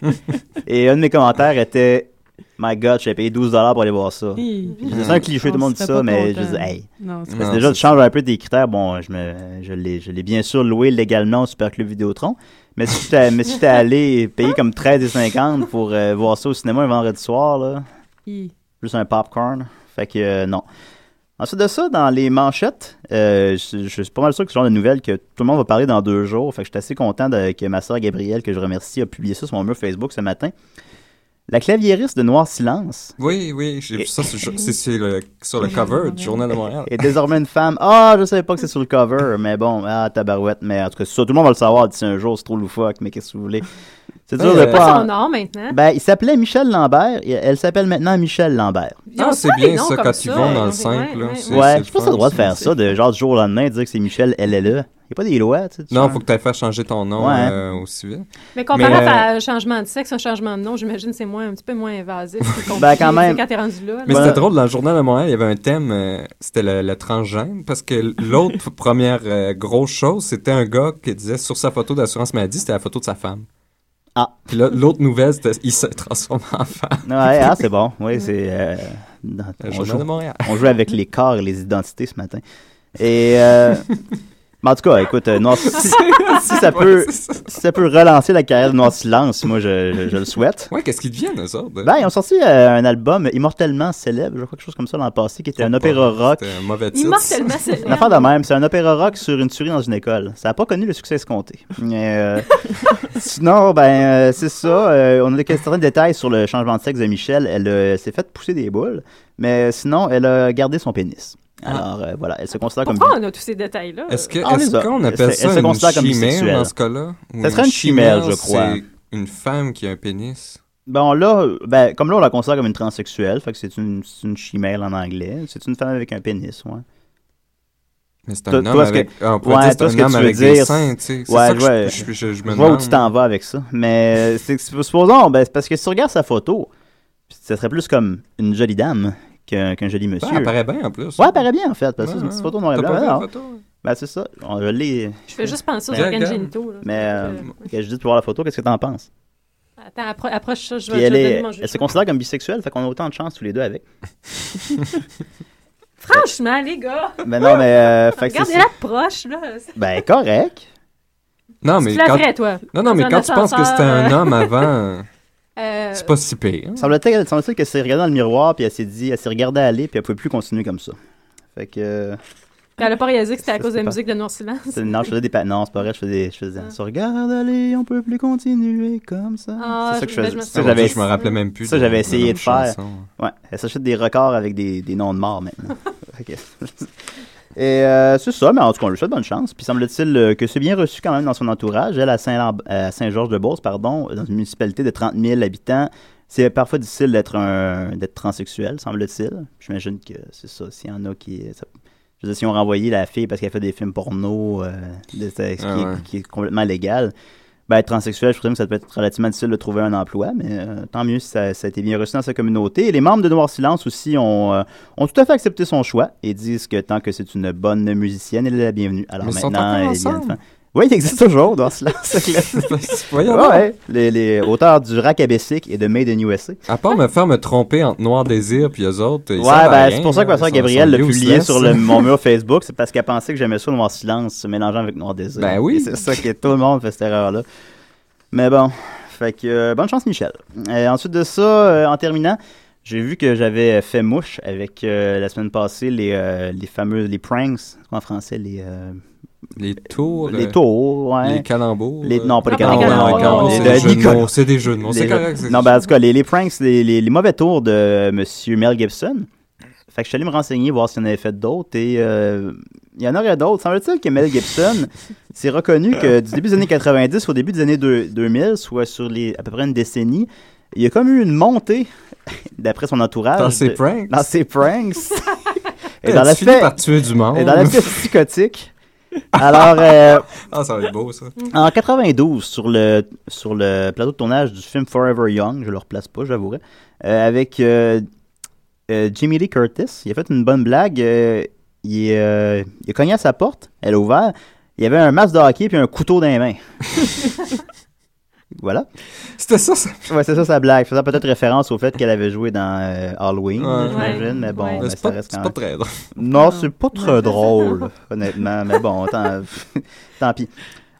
F: et un de mes commentaires était My God, j'ai payé 12 pour aller voir ça.
I: Hi.
F: Puis C'est un cliché, tout le monde dit
I: On serait pas
F: ça, mais je
I: content.
F: dis, hey.
I: Mhm. Non, c'est
F: Parce
I: pas
F: que déjà, tu changes un peu des critères. Bon, je, me, je, l'ai, je l'ai bien sûr loué légalement au Superclub Vidéotron. Mais si j'étais mais si j'étais allé payer comme 13,50 pour euh, voir ça au cinéma un vendredi soir, là,
I: Hi.
F: plus un popcorn. Fait que euh, non. Ensuite de ça, dans les manchettes, euh, je, je suis pas mal sûr que c'est le genre de nouvelles que tout le monde va parler dans deux jours. Fait que je suis assez content de- que ma soeur Gabrielle, que je remercie, a publié ça sur mon mur Facebook ce matin. La claviériste de Noir Silence
H: Oui, oui, j'ai vu ça
F: (laughs)
H: sur, le- c'est- c'est le- sur le cover du Journal de Montréal.
F: est désormais une femme. Ah, je savais pas que c'est sur le cover, mais bon, ah, tabarouette. Mais en tout cas, c'est ça, tout le monde va le savoir d'ici un jour, c'est trop loufoque, mais qu'est-ce que vous voulez. C'est dur de
B: Ben, euh, C'est pas
F: pas.
B: son nom maintenant.
F: Ben, il s'appelait Michel Lambert, et elle s'appelle maintenant Michel Lambert.
B: Ils ont
H: Ah, c'est
B: ça, les
H: bien
B: noms
H: ça
B: comme
H: quand ils
B: ça.
H: vont dans le
B: Ouais,
H: 5. là.
B: ouais,
H: C'est-
F: Ouais, je
H: c'est
F: pense que
H: fun,
F: t'as le droit de
H: ça.
F: faire ça, de genre du jour au lendemain, dire que c'est Michel LLE. Il a pas des lois, tu sais. tu
H: Non,
F: sais.
H: faut que tu ailles faire changer ton nom
F: Ouais.
H: euh, aussi vite.
B: Mais comparé
H: euh,
B: à un changement de sexe, un changement de nom, j'imagine c'est moins, un petit peu moins invasif. plus compliqué,
F: Ben, quand
B: tu sais,
F: même.
B: Quand t'es rendu là. là.
H: Mais c'était drôle, dans le journal de Montréal, il y avait un thème, euh, c'était le, le transgène, parce que l'autre (laughs) première euh, grosse chose, c'était un gars qui disait sur sa photo d'assurance maladie, c'était la photo de sa femme.
F: Ah.
H: Puis là, l'autre nouvelle, c'était il se transforme en femme.
F: Ouais,
H: (laughs)
F: ah, c'est bon. Oui, c'est. euh, dans-
H: Le
F: on,
H: journal
F: joue,
H: de Montréal.
F: on joue avec les corps et les identités ce matin. Et. euh, (laughs) mais en tout cas, écoute, euh, Noir- si, (laughs) si ça peut,
H: Ouais, c'est ça.
F: si ça peut relancer la carrière de Noir Silence, moi, je, je- je le souhaite.
H: (laughs) Ouais, qu'est-ce qu'ils deviennent, eux autres?
F: Ben, ils ont sorti euh, un album immortellement célèbre, je crois, quelque chose comme ça l'an passé, qui était un opéra rock.
H: C'était un mauvais euh, titre.
B: Immortellement
F: Une
B: célèbre.
F: affaire de même, c'est un opéra rock sur une tuerie dans une école. Ça n'a pas connu le succès escompté. Mais, euh, sinon, ben, euh, c'est ça. euh, on a des certains détails sur le changement de sexe de Michel. Elle euh, s'est faite pousser des boules, mais sinon, elle a gardé son pénis. Alors, euh, voilà, elle se considère comme.
B: Pourquoi on a tous ces détails-là?
H: Est-ce que-
F: Ah,
H: est-ce
F: c'est ça.
H: qu'on
F: Elle
H: appelle
F: se-
H: ça
F: elle se
H: une
F: considère comme
H: chimère
F: bisexuelle.
H: dans ce cas-là? Ou
F: Ça serait une chimère, je crois.
H: C'est une femme qui a un pénis.
F: Bon, là, euh, ben, comme là, on la considère comme une transsexuelle, fait que c'est une, c'est une chimère en anglais. C'est une femme avec un pénis, ouais.
H: Mais c'est
F: Toi-
H: un homme
F: toi, est-ce que-
H: avec... ah, on pourrait
F: Ouais,
H: dire c'est
F: toi, ce
H: un
F: que
H: homme
F: tu veux
H: avec des
F: dire,
H: seins, tu sais. C'est
F: ouais,
H: ça que
F: ouais.
H: je, je, je, je me
F: Je vois où
H: demande.
F: tu t'en vas avec ça. Mais euh, c'est que c'est- supposons, ben, c'est parce que si tu regardes sa photo, ce serait plus comme une jolie dame qu'un qu'un joli monsieur.
H: Ouais, elle paraît Ben, bien, en plus.
F: Ouais, elle paraît bien en fait, parce que
H: Ouais,
F: c'est une
H: ouais.
F: petite photo noir et
H: (laughs) T'as
F: blanc.
H: pas vu la
F: alors.
H: photo?
F: Ben, c'est ça. On- je l'ai.
B: Je fais juste penser aux
F: Mais-
B: organes
H: regarde.
B: génitaux. là.
F: Mais euh,
B: Donc,
F: quand je dis de voir la photo, qu'est-ce que t'en penses?
B: euh, Attends, appro- approche ça, je
F: Puis
B: vais je
F: elle,
B: vais te
F: est,
B: donner mon jugement.
F: elle se considère comme bisexuelle, fait qu'on a autant de chance tous les deux avec.
B: Franchement, les gars,
F: Ben non, mais. euh, fait que c'est
B: regardez
F: ça.
B: la proche, là. C'est-
F: Ben correct.
H: Non,
B: Tu
H: mais
B: la
H: quand...
B: ferais, toi.
H: Non, non, mais
B: Dans un
H: quand tu penses que
B: ascenseur,
H: c'était un
B: euh, (laughs)
H: homme avant,
B: euh,
H: c'est pas si pire. hein.
F: Semble-t-il semble-t-il qu'elle s'est regardée dans le miroir, puis elle s'est dit, elle s'est regardée aller, puis elle pouvait plus continuer comme ça. Fait que. euh,
B: Elle a pas réalisé que c'était à
F: Ça,
B: cause de la
F: c'est pas-
B: musique de Noir Silence.
F: (laughs) C'est- Non, je faisais des pa- Non, c'est pas vrai, je faisais des. Je faisais. Se regarde, allez, on peut plus continuer comme ça.
B: Ah,
F: c'est ça que je
B: ben,
F: faisais.
B: je me
F: c'est ça
H: Ça,
F: que
B: souviens.
F: j'avais-
H: je me rappelais même plus.
F: ça,
H: de-
F: j'avais
H: de
F: essayé
H: la
F: de faire.
H: chanson. (laughs)
F: Ouais, elle s'achète des records avec des, des noms de morts maintenant. Ok. Et euh, c'est ça, mais en tout cas, on lui souhaite bonne chance. Puis semble-t-il euh, que c'est bien reçu quand même dans son entourage. Elle, à Saint-Lam- euh, à Saint-Georges-de-Beauce, pardon, dans une municipalité de 30 000 habitants, c'est parfois difficile d'être un d'être transsexuel, semble-t-il. J'imagine que c'est ça. S'il y en a qui. ça- je veux dire, si on renvoyait la fille parce qu'elle fait des films porno, euh, de- de- ce qui,
H: Ah ouais.
F: est, qui est complètement légal, ben, être transsexuel, je présume que ça peut être relativement difficile de trouver un emploi, mais euh, tant mieux si ça, ça a été bien reçu dans sa communauté. Et les membres de Noir Silence aussi ont, euh, ont tout à fait accepté son choix et disent que tant que c'est une bonne musicienne, elle est la bienvenue. Alors
H: Mais ils sont
F: maintenant,
H: encore
F: elle vient de
H: ensemble.
F: faire- Oui, il existe toujours, Noir
H: (laughs)
F: Silence.
H: Voyons
F: Ouais,
H: donc.
F: ouais. Les, les auteurs du Racabessic et de Made in USA.
H: À part me faire me tromper entre Noir Désir puis eux autres. ils servent
F: Ouais,
H: à
F: ben,
H: rien,
F: c'est pour ça que ma
H: là.
F: soeur
H: Ils sont- hein.
F: Gabrielle l'a
H: sont
F: publié
H: useless.
F: sur le,
H: (laughs)
F: mon mur Facebook. C'est parce qu'elle pensait que j'aimais ça Noir Silence, se mélangeant avec Noir Désir.
H: Ben oui.
F: Et C'est ça que tout le monde fait cette erreur-là. Mais bon, fait que euh, bonne chance, Michel. Euh, ensuite de ça, euh, en terminant, j'ai vu que j'avais fait mouche avec euh, la semaine passée les, euh, les fameux, les pranks, c'est quoi en français, les. euh,
H: Les tours.
F: les
H: euh,
F: tours, ouais.
H: Les calembours.
F: Hein? Les- non, pas les
H: Non,
F: calembours.
H: non,
F: non,
H: les
F: non,
H: calembours,
F: les-
H: c'est
F: de
H: des jeux de
F: Nicolas.
H: mots, c'est des jeux de mots, c'est
F: Les-
H: correct, c'est-
F: Non, ben, en tout cas, les, les pranks, les, les- les mauvais tours de euh, Monsieur Mel Gibson. Fait que je suis allé me renseigner, voir s'il y en avait fait d'autres. Et euh, il y en aurait d'autres. Semble-t-il que Mel
H: (laughs)
F: Gibson s'est reconnu que du début des années 90 au début des années deux- 2000, soit sur les, à peu près une décennie, il y a comme eu une montée, (laughs) d'après son entourage.
H: Dans ses
F: de-
H: pranks. Eh,
F: Dans ses
H: (laughs)
F: pranks.
H: Tu finis par tuer du monde.
F: Et
H: (laughs)
F: dans l'aspect psychotique. Alors, euh,
H: Ah, ça va être beau, ça.
F: en 92, sur le, sur le plateau de tournage du film Forever Young, je le replace pas, j'avouerai, euh, avec euh, euh, Jimmy Lee Curtis, il a fait une bonne blague. euh, il, est, euh, il a cogné à sa porte, elle a ouvert. Il y avait un masque de hockey puis un couteau dans les mains. (laughs) Voilà.
H: C'était ça, ça.
F: Ouais, c'est ça sa blague. Faisant peut-être référence au fait qu'elle avait joué dans euh, Halloween,
H: Ouais.
F: j'imagine,
H: Ouais.
F: mais bon,
H: Ouais.
F: ben,
H: C'est
F: ça
H: pas-
F: reste
H: c'est
F: quand
H: pas
F: même-
H: très drôle.
F: Non, c'est pas très
B: (laughs)
H: Non.
F: drôle, honnêtement, mais bon, tant, (laughs) tant pis.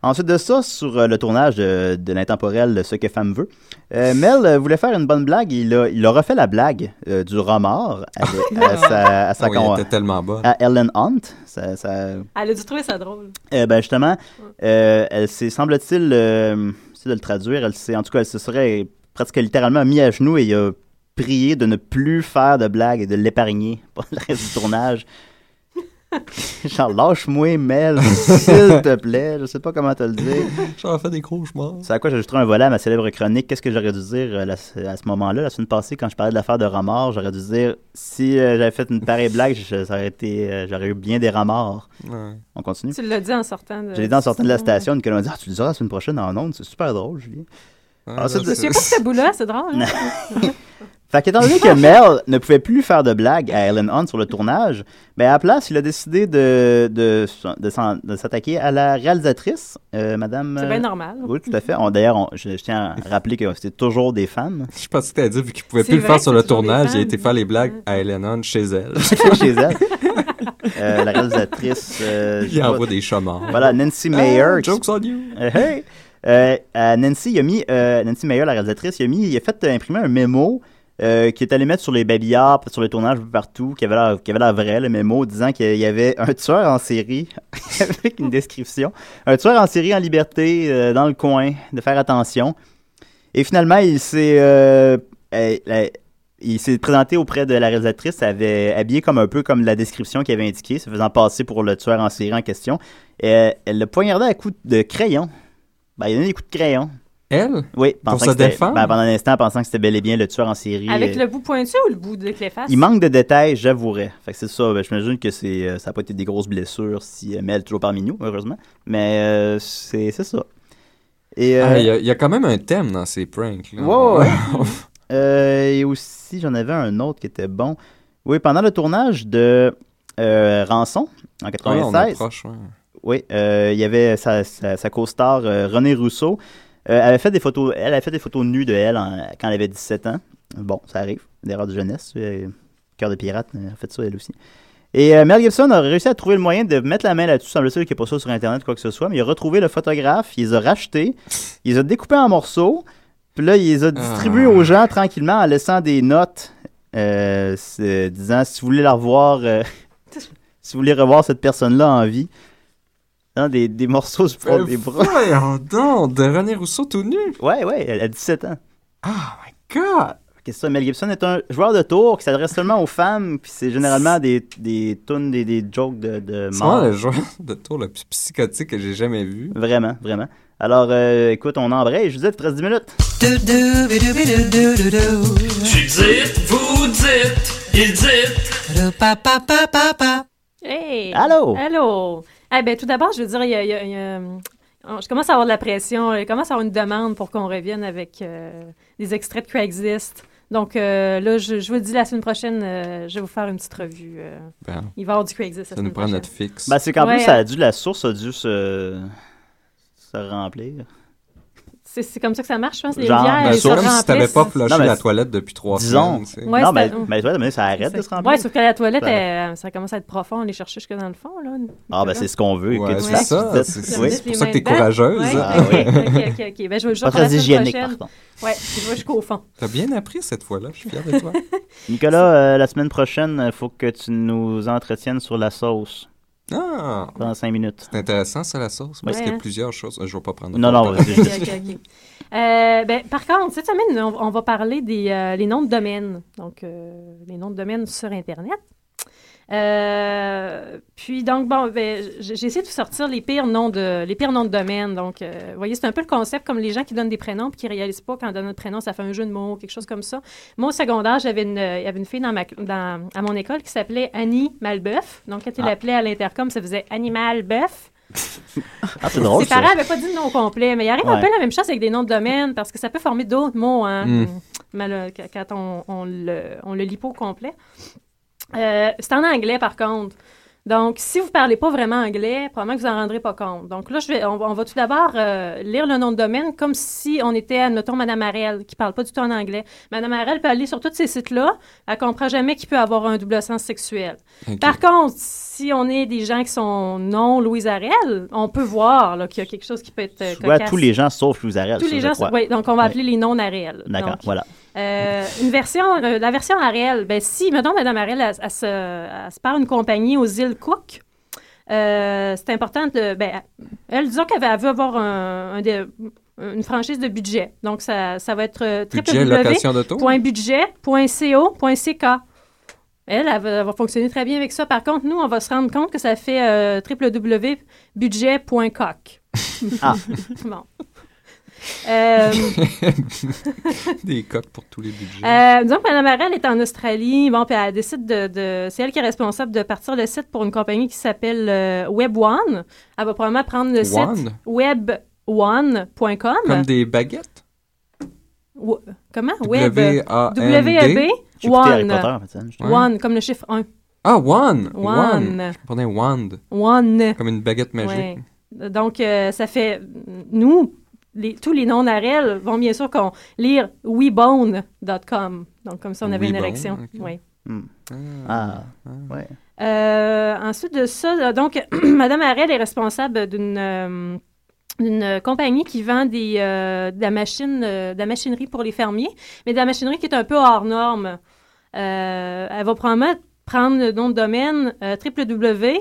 F: Ensuite de ça, sur euh, le tournage de, de l'intemporel de Ce que femme veut,
B: (laughs)
F: euh, Mel euh, voulait faire une bonne blague. Il a, il a refait la blague euh, du remords à,
B: (laughs)
F: à sa, à sa
H: Ah oui, elle
F: con-
H: était tellement bonne.
F: à Ellen Hunt, sa- sa-
B: Elle a dû trouver ça drôle.
F: euh, ben justement, euh, elle s'est, semble-t-il, euh, c'est de le traduire, elle s'est, en tout cas, elle se serait presque littéralement mis à genoux et a prié de ne plus faire de blagues et de l'épargner (laughs) pour le reste du tournage. (laughs) Genre, lâche-moi, Mel, s'il te plaît, je sais pas comment te le dire.
H: J'en fait des cauchemars.
F: C'est à quoi j'ajouterai un volet à ma célèbre chronique. Qu'est-ce que j'aurais dû dire euh, la- à ce moment-là, la semaine passée, quand je parlais de l'affaire de remords, j'aurais dû dire si euh, j'avais fait une pareille blague, je- ça aurait été, euh, j'aurais eu bien des remords.
H: Ouais.
F: On continue.
B: Tu l'as dit en sortant de.
F: Je l'ai dit en sortant de la station, Nicolas m'a dit Ah, tu le diras la semaine prochaine en ondes, c'est super drôle, Julien. Alors, ça,
B: Je sais pas que ce bout-là, c'est drôle. hein?
F: fait qu'étant donné que Mel (laughs) ne pouvait plus faire de blagues à Ellen Hunt sur le tournage, ben à la place, il a décidé de, de, de s'en- de s'attaquer à la réalisatrice, euh, Madame.
B: C'est bien
F: euh,
B: normal.
F: Oui, tout à fait. On- D'ailleurs, on- je, je tiens à rappeler que c'était toujours des femmes.
H: Je pensais que t'allais dire, vu qu'il pouvait
F: C'est
H: plus le
F: vrai
H: faire
F: que
H: sur
F: c'est
H: le
F: toujours des
H: tournage, il
F: fans.
H: a été faire les blagues à Elenon
F: (laughs)
H: chez elle.
F: chez elle. Euh, la réalisatrice. euh,
H: Il
F: je sais pas-
H: envoie des chômeurs.
F: Voilà, Nancy
H: Ah,
F: Mayer.
H: jokes on you.
F: Euh, hey! Euh, à Nancy, il a mis, euh, Nancy Mayer, la réalisatrice, il a, mis, il a fait euh, imprimer un mémo euh, qui est allé mettre sur les babillards, sur les tournages un peu partout, qui avait l'air qui avait l'air vrai, le mémo, disant qu'il y avait un tueur en série, (laughs) avec une description, un tueur en série en liberté euh, dans le coin, de faire attention. Et finalement, il s'est euh, euh, la- il s'est présenté auprès de la réalisatrice, avait habillé comme un peu comme la description qu'il avait indiquée, se faisant passer pour le tueur en série en question. Et euh, elle le poignardait à coups de crayon. Ben, il a donné des coups de crayon.
H: Elle?
F: Oui,
H: Pour
F: pensant
H: se
F: que c'était-
H: défendre?
F: ben, pendant un instant, pensant que c'était bel et bien le tueur en série.
B: Avec
F: Euh,
B: le bout pointu ou le bout de les faces?
F: Il manque de détails, j'avouerais. Fait que c'est ça. ben, J'imagine que c'est, euh, ça n'a pas été des grosses blessures si euh, Mel est toujours parmi nous, heureusement. Mais euh, c'est c'est ça. Et, euh,
H: Ah, Il y, a- il y a quand même un thème dans ces pranks. là.
F: Wow! Euh, et aussi, j'en avais un autre qui était bon. Oui, pendant le tournage de euh, Rançon, en
H: Ouais, on
F: 96.
H: approche, ouais.
F: Oui, euh, il y avait sa, sa, sa co-star euh, Renée Rousseau. Euh, elle, avait fait des photos, elle avait fait des photos nues de elle en- quand elle avait 17 ans. Bon, ça arrive, une erreur de jeunesse. euh, cœur de pirate, euh, elle a fait ça elle aussi. Et euh, Mel Gibson a réussi à trouver le moyen de mettre la main là-dessus. Semble-t-il qu'il n'y a pas ça sur Internet, quoi que ce soit. Mais il a retrouvé le photographe, il les a rachetés, il les a découpés en morceaux. Puis là, il les a distribués aux gens tranquillement en laissant des notes euh, c'est- disant si vous voulez la revoir, euh, (laughs) si vous voulez revoir cette personne-là en vie. Hein, des, des morceaux du front
H: Euh,
F: des bras.
H: voyons donc, de René Rousseau tout nu.
F: Ouais, ouais, elle a 17 ans.
H: Oh my god!
F: Qu'est-ce que ça? Mel Gibson est un joueur de tour qui s'adresse seulement aux femmes, puis c'est généralement des, des tunes, des, des jokes de, de
H: C'est
F: mort.
H: vraiment le joueur de tour le plus psychotique que j'ai jamais vu.
F: Vraiment, vraiment. Alors, euh, écoute, on embraye. Je vous dis, 13 minutes.
L: Tu
G: dites, vous dites, il dites.
B: Hey!
G: Allô?
B: ben, Allô! Eh bien, tout d'abord, je veux dire, il y a- il y a- il y a, on- je commence à avoir de la pression. Je commence à avoir une demande pour qu'on revienne avec euh, des extraits de Craigslist. Donc euh, là, je, je vous le dis la semaine prochaine, euh, je vais vous faire une petite revue. euh,
H: Bon.
B: Il va y avoir du Craigslist. la
H: Ben. Ça nous
B: semaine
H: prend notre
B: prochaine.
H: fixe.
F: Ben, c'est qu'en
B: Ouais,
F: plus, ça a dû, la source a dû se, se remplir.
B: C'est c'est comme ça que ça marche, je pense. Les
F: Genre,
B: bières,
H: Ben,
B: elles
H: sauf
B: se
H: si t'avais
B: remplissent.
H: pas flushé
F: Non, mais
H: la
F: c'est-
H: toilette depuis trois
F: Disons.
H: semaines. tu sais.
B: Ouais,
F: non, mais,
B: c'est-
F: mais ouais, mais ça arrête de se remplir.
B: Ouais, sauf que la toilette,
F: Ben,
B: elle- ça commence à être profond. On les chercher jusque dans le fond, là.
F: Ah, ben c'est ce qu'on veut.
H: Ouais,
F: que tu
H: c'est
F: fasses.
H: ça,
F: Tu
H: c'est-
F: dis-
H: c'est-
F: oui.
H: c'est pour ça que t'es
B: ben,
H: courageuse,
B: Ouais,
H: hein.
B: ok, ok, ok, ok. Ben, je vais le
F: Pas
B: faire
F: très
B: la semaine
F: hygiénique,
B: prochaine.
F: par
B: Ouais, je vais jusqu'au fond.
H: T'as bien appris cette fois-là, je suis fier de toi.
F: Nicolas, euh, la semaine prochaine, il faut que tu nous entretiennes sur la sauce
H: Ah,
F: pendant cinq minutes.
H: c'est intéressant ça, la sauce, parce
B: Ouais,
H: qu'il y a
B: hein.
H: plusieurs choses. Je vais pas prendre.
F: Non,
B: (laughs)
F: non,
H: de temps.
B: Ok, ok, ok. Euh, ben, par contre, cette semaine, on, on va parler des euh, les noms de domaines. Donc, euh, les noms de domaines sur Internet. Euh, puis donc bon, ben, j- j'ai essayé de vous sortir les pires noms de les pires noms de domaine. Donc, euh, vous voyez, c'est un peu le concept comme les gens qui donnent des prénoms puis qui réalisent pas quand on donne un prénom, ça fait un jeu de mots, quelque chose comme ça. Moi au secondaire, j'avais une il y avait une fille dans ma dans- à mon école qui s'appelait Annie Malbeuf. Donc quand elle
F: Ah.
B: l'appelait à l'intercom, ça faisait Animal Bœuf.
F: Ah, c'est drôle.
B: Ses
F: ça.
B: parents n'avaient pas dit le nom complet, mais il arrive un
F: Ouais.
B: peu la même chose avec des noms de domaine parce que ça peut former d'autres mots hein,
F: Mm.
B: mal- quand on, on le, on le lit pas au complet. Euh, c'est en anglais, par contre. Donc, si vous ne parlez pas vraiment anglais, probablement que vous n'en rendrez pas compte. Donc là, je vais, on, va- on va tout d'abord euh, lire le nom de domaine comme si on était, admettons, Madame Arel, qui ne parle pas du tout en anglais. Madame Arel peut aller sur tous ces sites-là, elle ne comprend jamais qu'il peut avoir un double sens sexuel.
H: Ok.
B: Par contre, si on est des gens qui sont non Louise Arel, on peut voir là, qu'il y a quelque chose qui peut être euh,
F: Ouais,
B: cocasse.
F: tous les gens sauf Louis Arel.
B: Tous
F: ça,
B: les
F: je
B: gens,
F: crois.
B: oui, donc on va appeler les non Arel.
F: D'accord,
B: Donc,
F: voilà.
B: euh, une version, euh, la version Ariel, ben si, mettons, Madame Ariel, elle, elle se, elle se part une compagnie aux îles Cook. euh, c'est important de. Ben, elle, disons qu'elle veut- elle veut avoir un- un dé- une franchise de budget. Donc, ça, ça va être euh,
H: Budget, location d'auto?
B: www.budget.co.ck. Elle, elle va, elle va fonctionner très bien avec ça. Par contre, nous, on va se rendre compte que ça fait euh,
H: (laughs)
B: www.budget.coq.
F: Ah.
B: (laughs) bon. Euh,
H: Des coques pour tous les budgets.
B: euh, disons que Mme Arel est en Australie. Bon, puis elle décide de. de- c'est elle qui est responsable de partir le site pour une compagnie qui s'appelle euh, Web One. Elle va probablement prendre le site webone.com.
H: Comme des baguettes.
B: Ou- comment? Web.
H: W-A-N-D.
B: W-E-B.
H: J'ai écouté Harry
B: One.
H: Potter, en fait, hein, je-
B: One, comme le chiffre 1.
H: Ah, one!
B: One.
H: Je prenais wand.
B: One.
H: Comme une baguette magique.
B: Ouais. Donc, euh, ça fait. Nous, les- tous les noms d'Arel vont bien sûr qu'on lire webone.com. Donc, comme ça, on avait une
F: Webone,
B: élection.
F: ok.
B: Oui.
F: Hmm. Ah, ouais.
B: Euh, ensuite de ça, là, donc, (clears throat) Madame Arel est responsable d'une euh, d'une compagnie qui vend des, euh, de, la machine, euh, de la machinerie pour les fermiers, mais de la machinerie qui est un peu hors norme. Euh, elle va probablement prendre le nom de domaine euh, www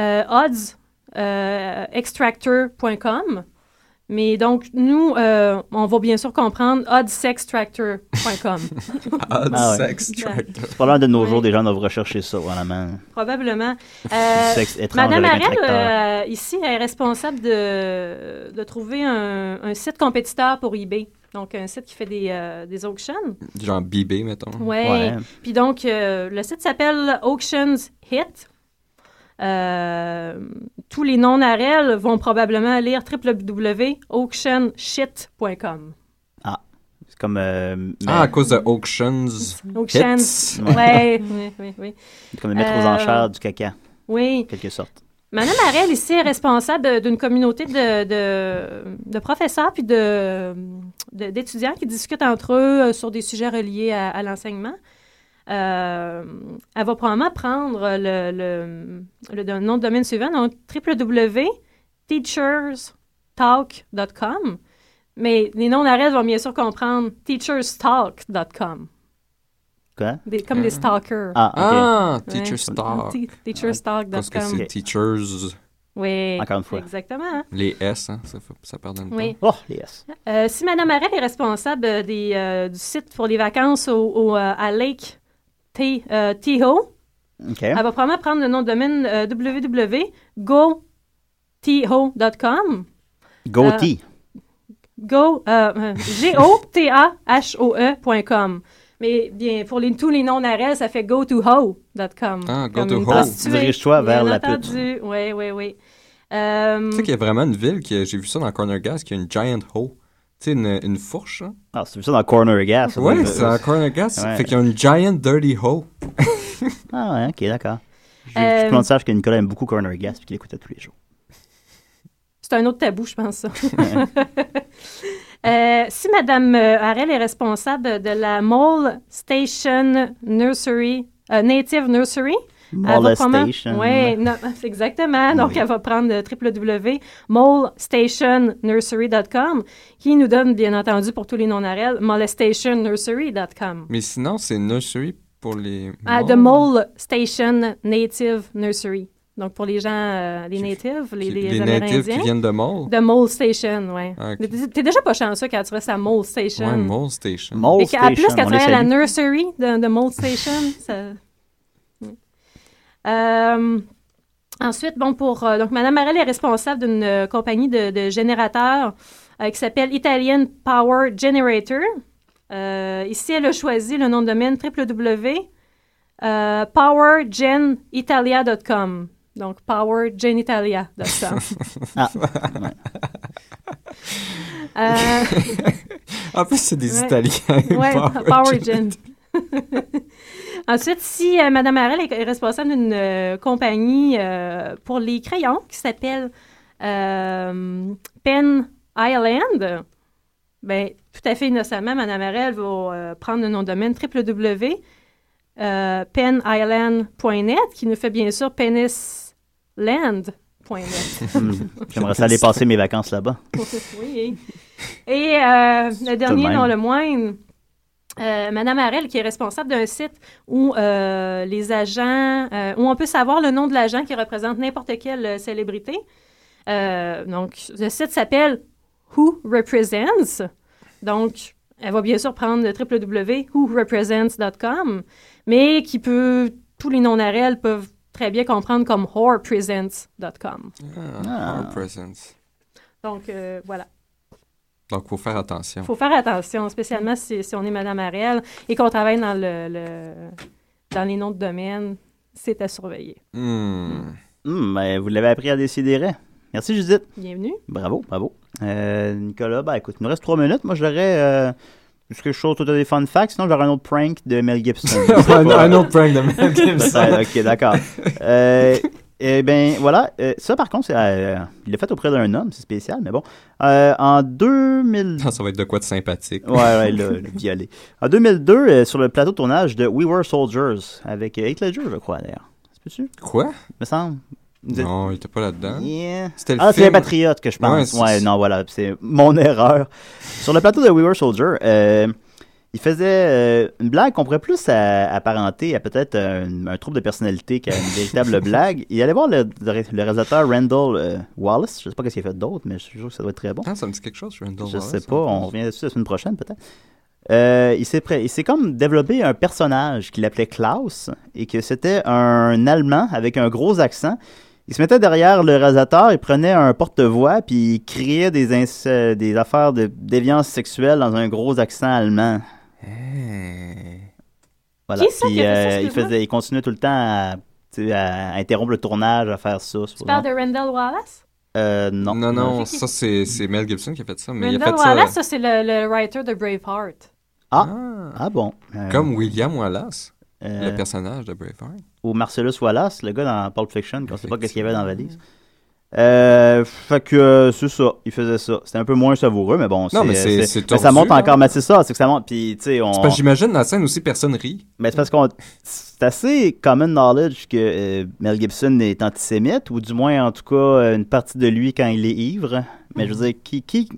B: euh, odds euh, extractor.com. Mais donc, nous, euh, on va bien sûr comprendre oddsextractor.com.
H: Odd
F: Ah ouais.
H: sex tractor.
F: C'est pas loin de nos jours, des gens doivent rechercher ça, vraiment.
B: (laughs) Probablement. Euh,
F: sexe étrange
B: Madame
F: avec un
B: Arel,
F: tracteur.
B: euh, ici, elle est responsable de, de trouver un, un site compétiteur pour eBay. Donc, un site qui fait des, euh, des auctions.
H: Genre bibé, mettons.
B: Ouais. Puis donc, euh, le site s'appelle Auctions Hit. Euh, tous les noms d'Arel vont probablement lire www.auctionshit.com.
F: C'est comme. euh,
H: Ah, à
F: mais-
H: cause de auctions.
B: Auctions.
H: Hits.
B: Ouais, (laughs) oui, oui, oui.
F: Comme de mettre aux
B: Euh,
F: enchères du caca.
B: Oui.
F: En quelque sorte.
B: Madame Arel, ici, est responsable euh, d'une communauté de, de- de professeurs puis de- de- d'étudiants qui discutent entre eux euh, sur des sujets reliés à, à l'enseignement. Euh, elle va probablement prendre le, le- le do- nom de domaine suivant, donc www.teacherstalk.com. Mais les noms d'Arel vont bien sûr comprendre teacherstalk.com,
F: Quoi?
B: des- comme des stalkers.
F: Ah, ok.
H: Ah,
B: Ouais.
H: teacherstalk.
B: Te- teacherstalk.com.
H: Parce que c'est teachers.
B: Oui.
H: Encore une fois.
B: Exactement.
H: Les S, hein, ça, fait- ça pardonne
B: Oui.
H: pas.
B: Oh,
F: les S.
B: Euh, si Madame Arel est responsable euh, des, euh, du site pour les vacances au, au, euh, à Lake T- euh, Tahoe,
F: OK.
B: elle va probablement prendre le nom de domaine euh, www.gotahoe.com. euh,
F: Gauthier.
B: Go, euh, euh, (laughs) G-O-T-A-H-O-E.com. E Mais bien, pour les, tous les noms d'Arel, ça fait go to ho.com.
F: Ah,
B: Comme
F: go to
B: une
F: ho.
B: prostituée.
F: Dirige-toi vers
B: Bien
F: la pute.
B: entendu. Oui, oui, oui. Euh,
H: Tu sais qu'il y a vraiment une ville, qui a- j'ai vu ça dans Corner Gas, qui a une giant hoe. Tu sais, une, une fourche. Hein?
F: Ah, c'est vu ça dans Corner Gas. ça,
H: Oui,
F: donc,
H: c'est
F: euh,
H: dans Corner Gas.
F: Ouais.
H: Fait qu'il y a une giant dirty hoe.
F: Ah ouais, ok, d'accord. Je,
B: Euh,
F: je suis content de savoir que Nicolas aime beaucoup Corner Gas et qu'il écoute à tous les jours.
B: C'est un autre tabou, je
H: (laughs)
B: pense, ça. (laughs) Euh, si Mme Harrell est responsable de la Mole Station Nursery, euh, Native Nursery,
F: Molestation.
B: Oui, (laughs) exactement. Donc, elle va prendre euh, le www.molestationnursery.com qui nous donne, bien entendu, pour tous les non-Harrell, molestationnursery.com.
H: Mais sinon, c'est nursery pour les.
B: Ah,
H: morts.
B: The Mole Station Native Nursery. Donc, pour les gens, euh, les natives, les,
H: qui-
B: les,
H: les natives
B: Amérindiens.
H: qui viennent de Mole?
B: De Mole Station, oui.
H: Ah, ok.
B: T'es déjà pas chanceux quand tu restes à Mole Station.
H: Ouais, Mole Station.
B: Et qu'en plus, quand tu travailles à la nursery de, de Mold Station, ça... Mm. Euh, ensuite, bon, pour... euh, donc, Mme Marel est responsable d'une euh, compagnie de, de générateurs euh, qui s'appelle Italian Power Generator. Euh, ici, elle a choisi le nom de domaine euh, www.powergenitalia.com. Donc,
H: (laughs)
B: powergenitalia.com.
F: Ah.
B: Euh,
H: En plus, c'est des
B: Ouais.
H: Italiens.
B: Ouais,
H: Power
B: Power Gen.
H: Gen.
B: (laughs) Ensuite, si euh, Madame Harrell est est responsable d'une euh, compagnie euh, pour les crayons qui s'appelle euh, Pen Island, ben, tout à fait innocemment, Madame Harrell va euh, prendre le nom de domaine euh, www.penisland.net qui nous fait bien sûr penisland.net.
F: Hmm, J'aimerais ça aller passer mes vacances là-bas.
B: (laughs) oui. Et euh, le dernier,
F: même.
B: non le moindre, euh, Madame Harel, qui est responsable d'un site où euh, les agents, euh, où on peut savoir le nom de l'agent qui représente n'importe quelle euh, célébrité. Euh, donc, le site s'appelle Who Represents. Donc, elle va bien sûr prendre le www.whorepresents.com, mais qui peut, tous les non-Harel peuvent très bien comprendre comme whorepresents.com.
H: Ah, Power Presence.
B: Donc, euh, voilà.
H: Donc, faut faire attention.
B: Il faut faire attention, spécialement si, si on est Madame Ariel et qu'on travaille dans, le, le- dans les noms de domaine. C'est à surveiller.
F: (laughs)
H: Hmm.
F: Hmm, ben, vous l'avez appris à décider. hein. Merci, Judith.
B: Bienvenue.
F: Bravo, bravo. Euh, Nicolas, ben, écoute, il nous reste trois minutes. Moi, j'aurais. Euh, juste quelque chose, toi, t'as des fun facts. Sinon, j'aurais un autre prank de Mel Gibson.
H: (laughs) un, un autre prank de
F: (laughs)
H: Mel Gibson.
F: Peut-être, ok, d'accord. Euh, eh bien, voilà. Euh, ça, par contre, c'est, euh, il l'a fait auprès d'un homme, c'est spécial, mais bon. Euh, en 2000.
H: Ça va être de quoi de sympathique.
F: Ouais, ouais, là, le violet. En 2002, euh, sur le plateau de tournage de We Were Soldiers, avec euh, Heath Ledger, je crois, d'ailleurs. C'est peux-tu?
H: Quoi?
F: Me semble. Vous êtes-
H: Non, il était pas là-dedans.
F: Yeah.
H: C'était le
F: ah, c'est
H: film.
F: les Patriotes que je pense.
H: c'est-
F: Ouais, non, voilà, c'est mon (laughs) erreur. Sur le plateau de We Were Soldier, euh, il faisait euh, une blague qu'on pourrait plus à- apparenter à peut-être un, un trouble de personnalité qu'à une
H: (laughs)
F: véritable blague. Il allait voir le, le ré- le réalisateur Randall euh, Wallace. Je sais pas qu'est-ce qu'il a fait d'autre, mais je suis sûr que ça doit être très bon.
H: Ah, ça me dit quelque chose, Randall
F: Je
H: Wallace,
F: sais pas,
H: en plus.
F: on revient dessus la semaine prochaine peut-être. Euh, il s'est pré- il s'est comme développé un personnage qu'il appelait Klaus et que c'était un Allemand avec un gros accent. Il se mettait derrière le réalisateur, il prenait un porte-voix puis il criait des, ins- euh, des affaires de déviance sexuelle dans un gros accent allemand. Voilà.
B: Qui ça
F: Puis,
B: qui a fait ça,
F: euh, il
B: excuse-moi?
F: faisait, il continuait tout le temps à, tu sais, à interrompre le tournage, à faire ça.
B: Tu parles de Randall Wallace?
F: Euh, non.
H: Non, non,
B: C'est qui?
H: ça c'est c'est Mel Gibson qui a fait ça, mais il a
B: Randall
H: fait ça
B: Wallace, ça, c'est le, le writer de Braveheart.
F: Ah, ah bon. Euh,
H: comme William Wallace,
F: euh,
H: le personnage de Braveheart.
F: ou Marcellus Wallace, le gars dans Pulp Fiction, qu'on sait pas qu'est-ce qu'il y avait dans la valise. Euh, fait que euh, c'est ça, il faisait ça. C'était un peu moins savoureux, mais bon,
H: Non, mais c'est- c'est
F: mais ça
H: tordu,
F: monte
H: là.
F: encore, mais c'est ça, c'est que ça monte. Puis tu sais, on.
H: C'est parce que j'imagine dans la scène aussi, personne rit.
F: Mais c'est parce qu'on. C'est assez common knowledge que euh, Mel Gibson est antisémite, ou du moins, en tout cas, euh, une partie de lui quand il est ivre. Mais je veux dire, qui. qui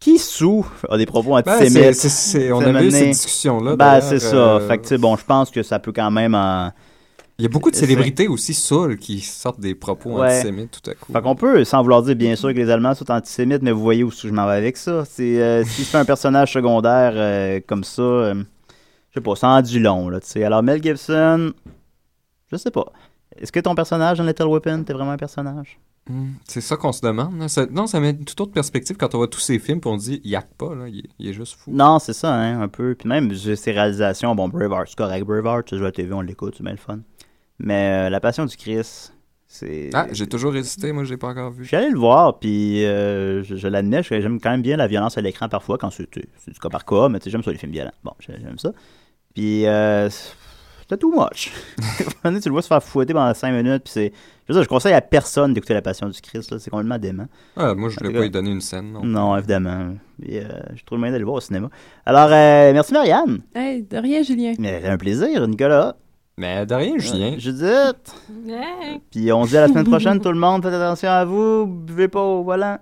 F: qui sous a des propos
H: Ben,
F: antisémites?
H: c'est- c'est- c'est- on
F: Ça
H: avait eu
F: menait-
H: cette discussion-là,
F: Ben,
H: d'ailleurs,
F: c'est ça.
H: euh,
F: Fait que, tu sais, bon, je pense que ça peut quand même en-
H: Il y a beaucoup de
F: C'est-
H: célébrités aussi saoules qui sortent des propos
F: Ouais.
H: antisémites tout à coup.
F: Fait qu'on peut, sans vouloir dire bien sûr que les Allemands sont antisémites, mais vous voyez où je m'en vais avec ça. C'est, euh, si je fais un personnage secondaire euh, comme ça, euh, je sais pas, ça en dit long, là, tu sais. Alors, Mel Gibson, je sais pas. Est-ce que ton personnage dans Little Weapon, t'es vraiment un personnage?
H: Hmm, C'est ça qu'on se demande. là. Ça- non, ça met une toute autre perspective quand on voit tous ces films et on dit il acte pas, là, il, est- il est juste fou.
F: Non, c'est ça, hein, un peu. Puis même, j'ai ses réalisations, bon, Braveheart, c'est correct, Braveheart, tu joues à la TV, on l'écoute, c'est bien le fun. Mais euh, La Passion du Christ, C'est-
H: Ah, j'ai toujours résisté, moi, j'ai pas encore vu.
F: Je suis allé le voir, puis euh, je, je l'admets, je- j'aime quand même bien la violence à l'écran parfois, quand c'est c'est du cas par cas, mais tu sais, j'aime ça les films violents. Bon, j'ai- j'aime ça. Puis, euh, c'était too much. (laughs) À un moment donné, tu le vois se faire fouetter pendant 5 minutes, puis c'est. Je veux dire, je conseille à personne d'écouter La Passion du Christ, là, c'est complètement dément.
H: Ah, moi, je voulais
F: En tout
H: pas
F: cas-
H: lui donner une scène, non.
F: Non, évidemment. Puis, euh, j'ai trouvé le moyen d'aller le voir au cinéma. Alors, euh, merci Marianne.
I: Hey, de rien, Julien.
F: Mais un plaisir, Nicolas.
H: Mais de rien, Julien.
F: Judith.
B: Hey.
F: Puis on se dit à la semaine prochaine, tout le monde. Faites attention à vous. Buvez pas au volant.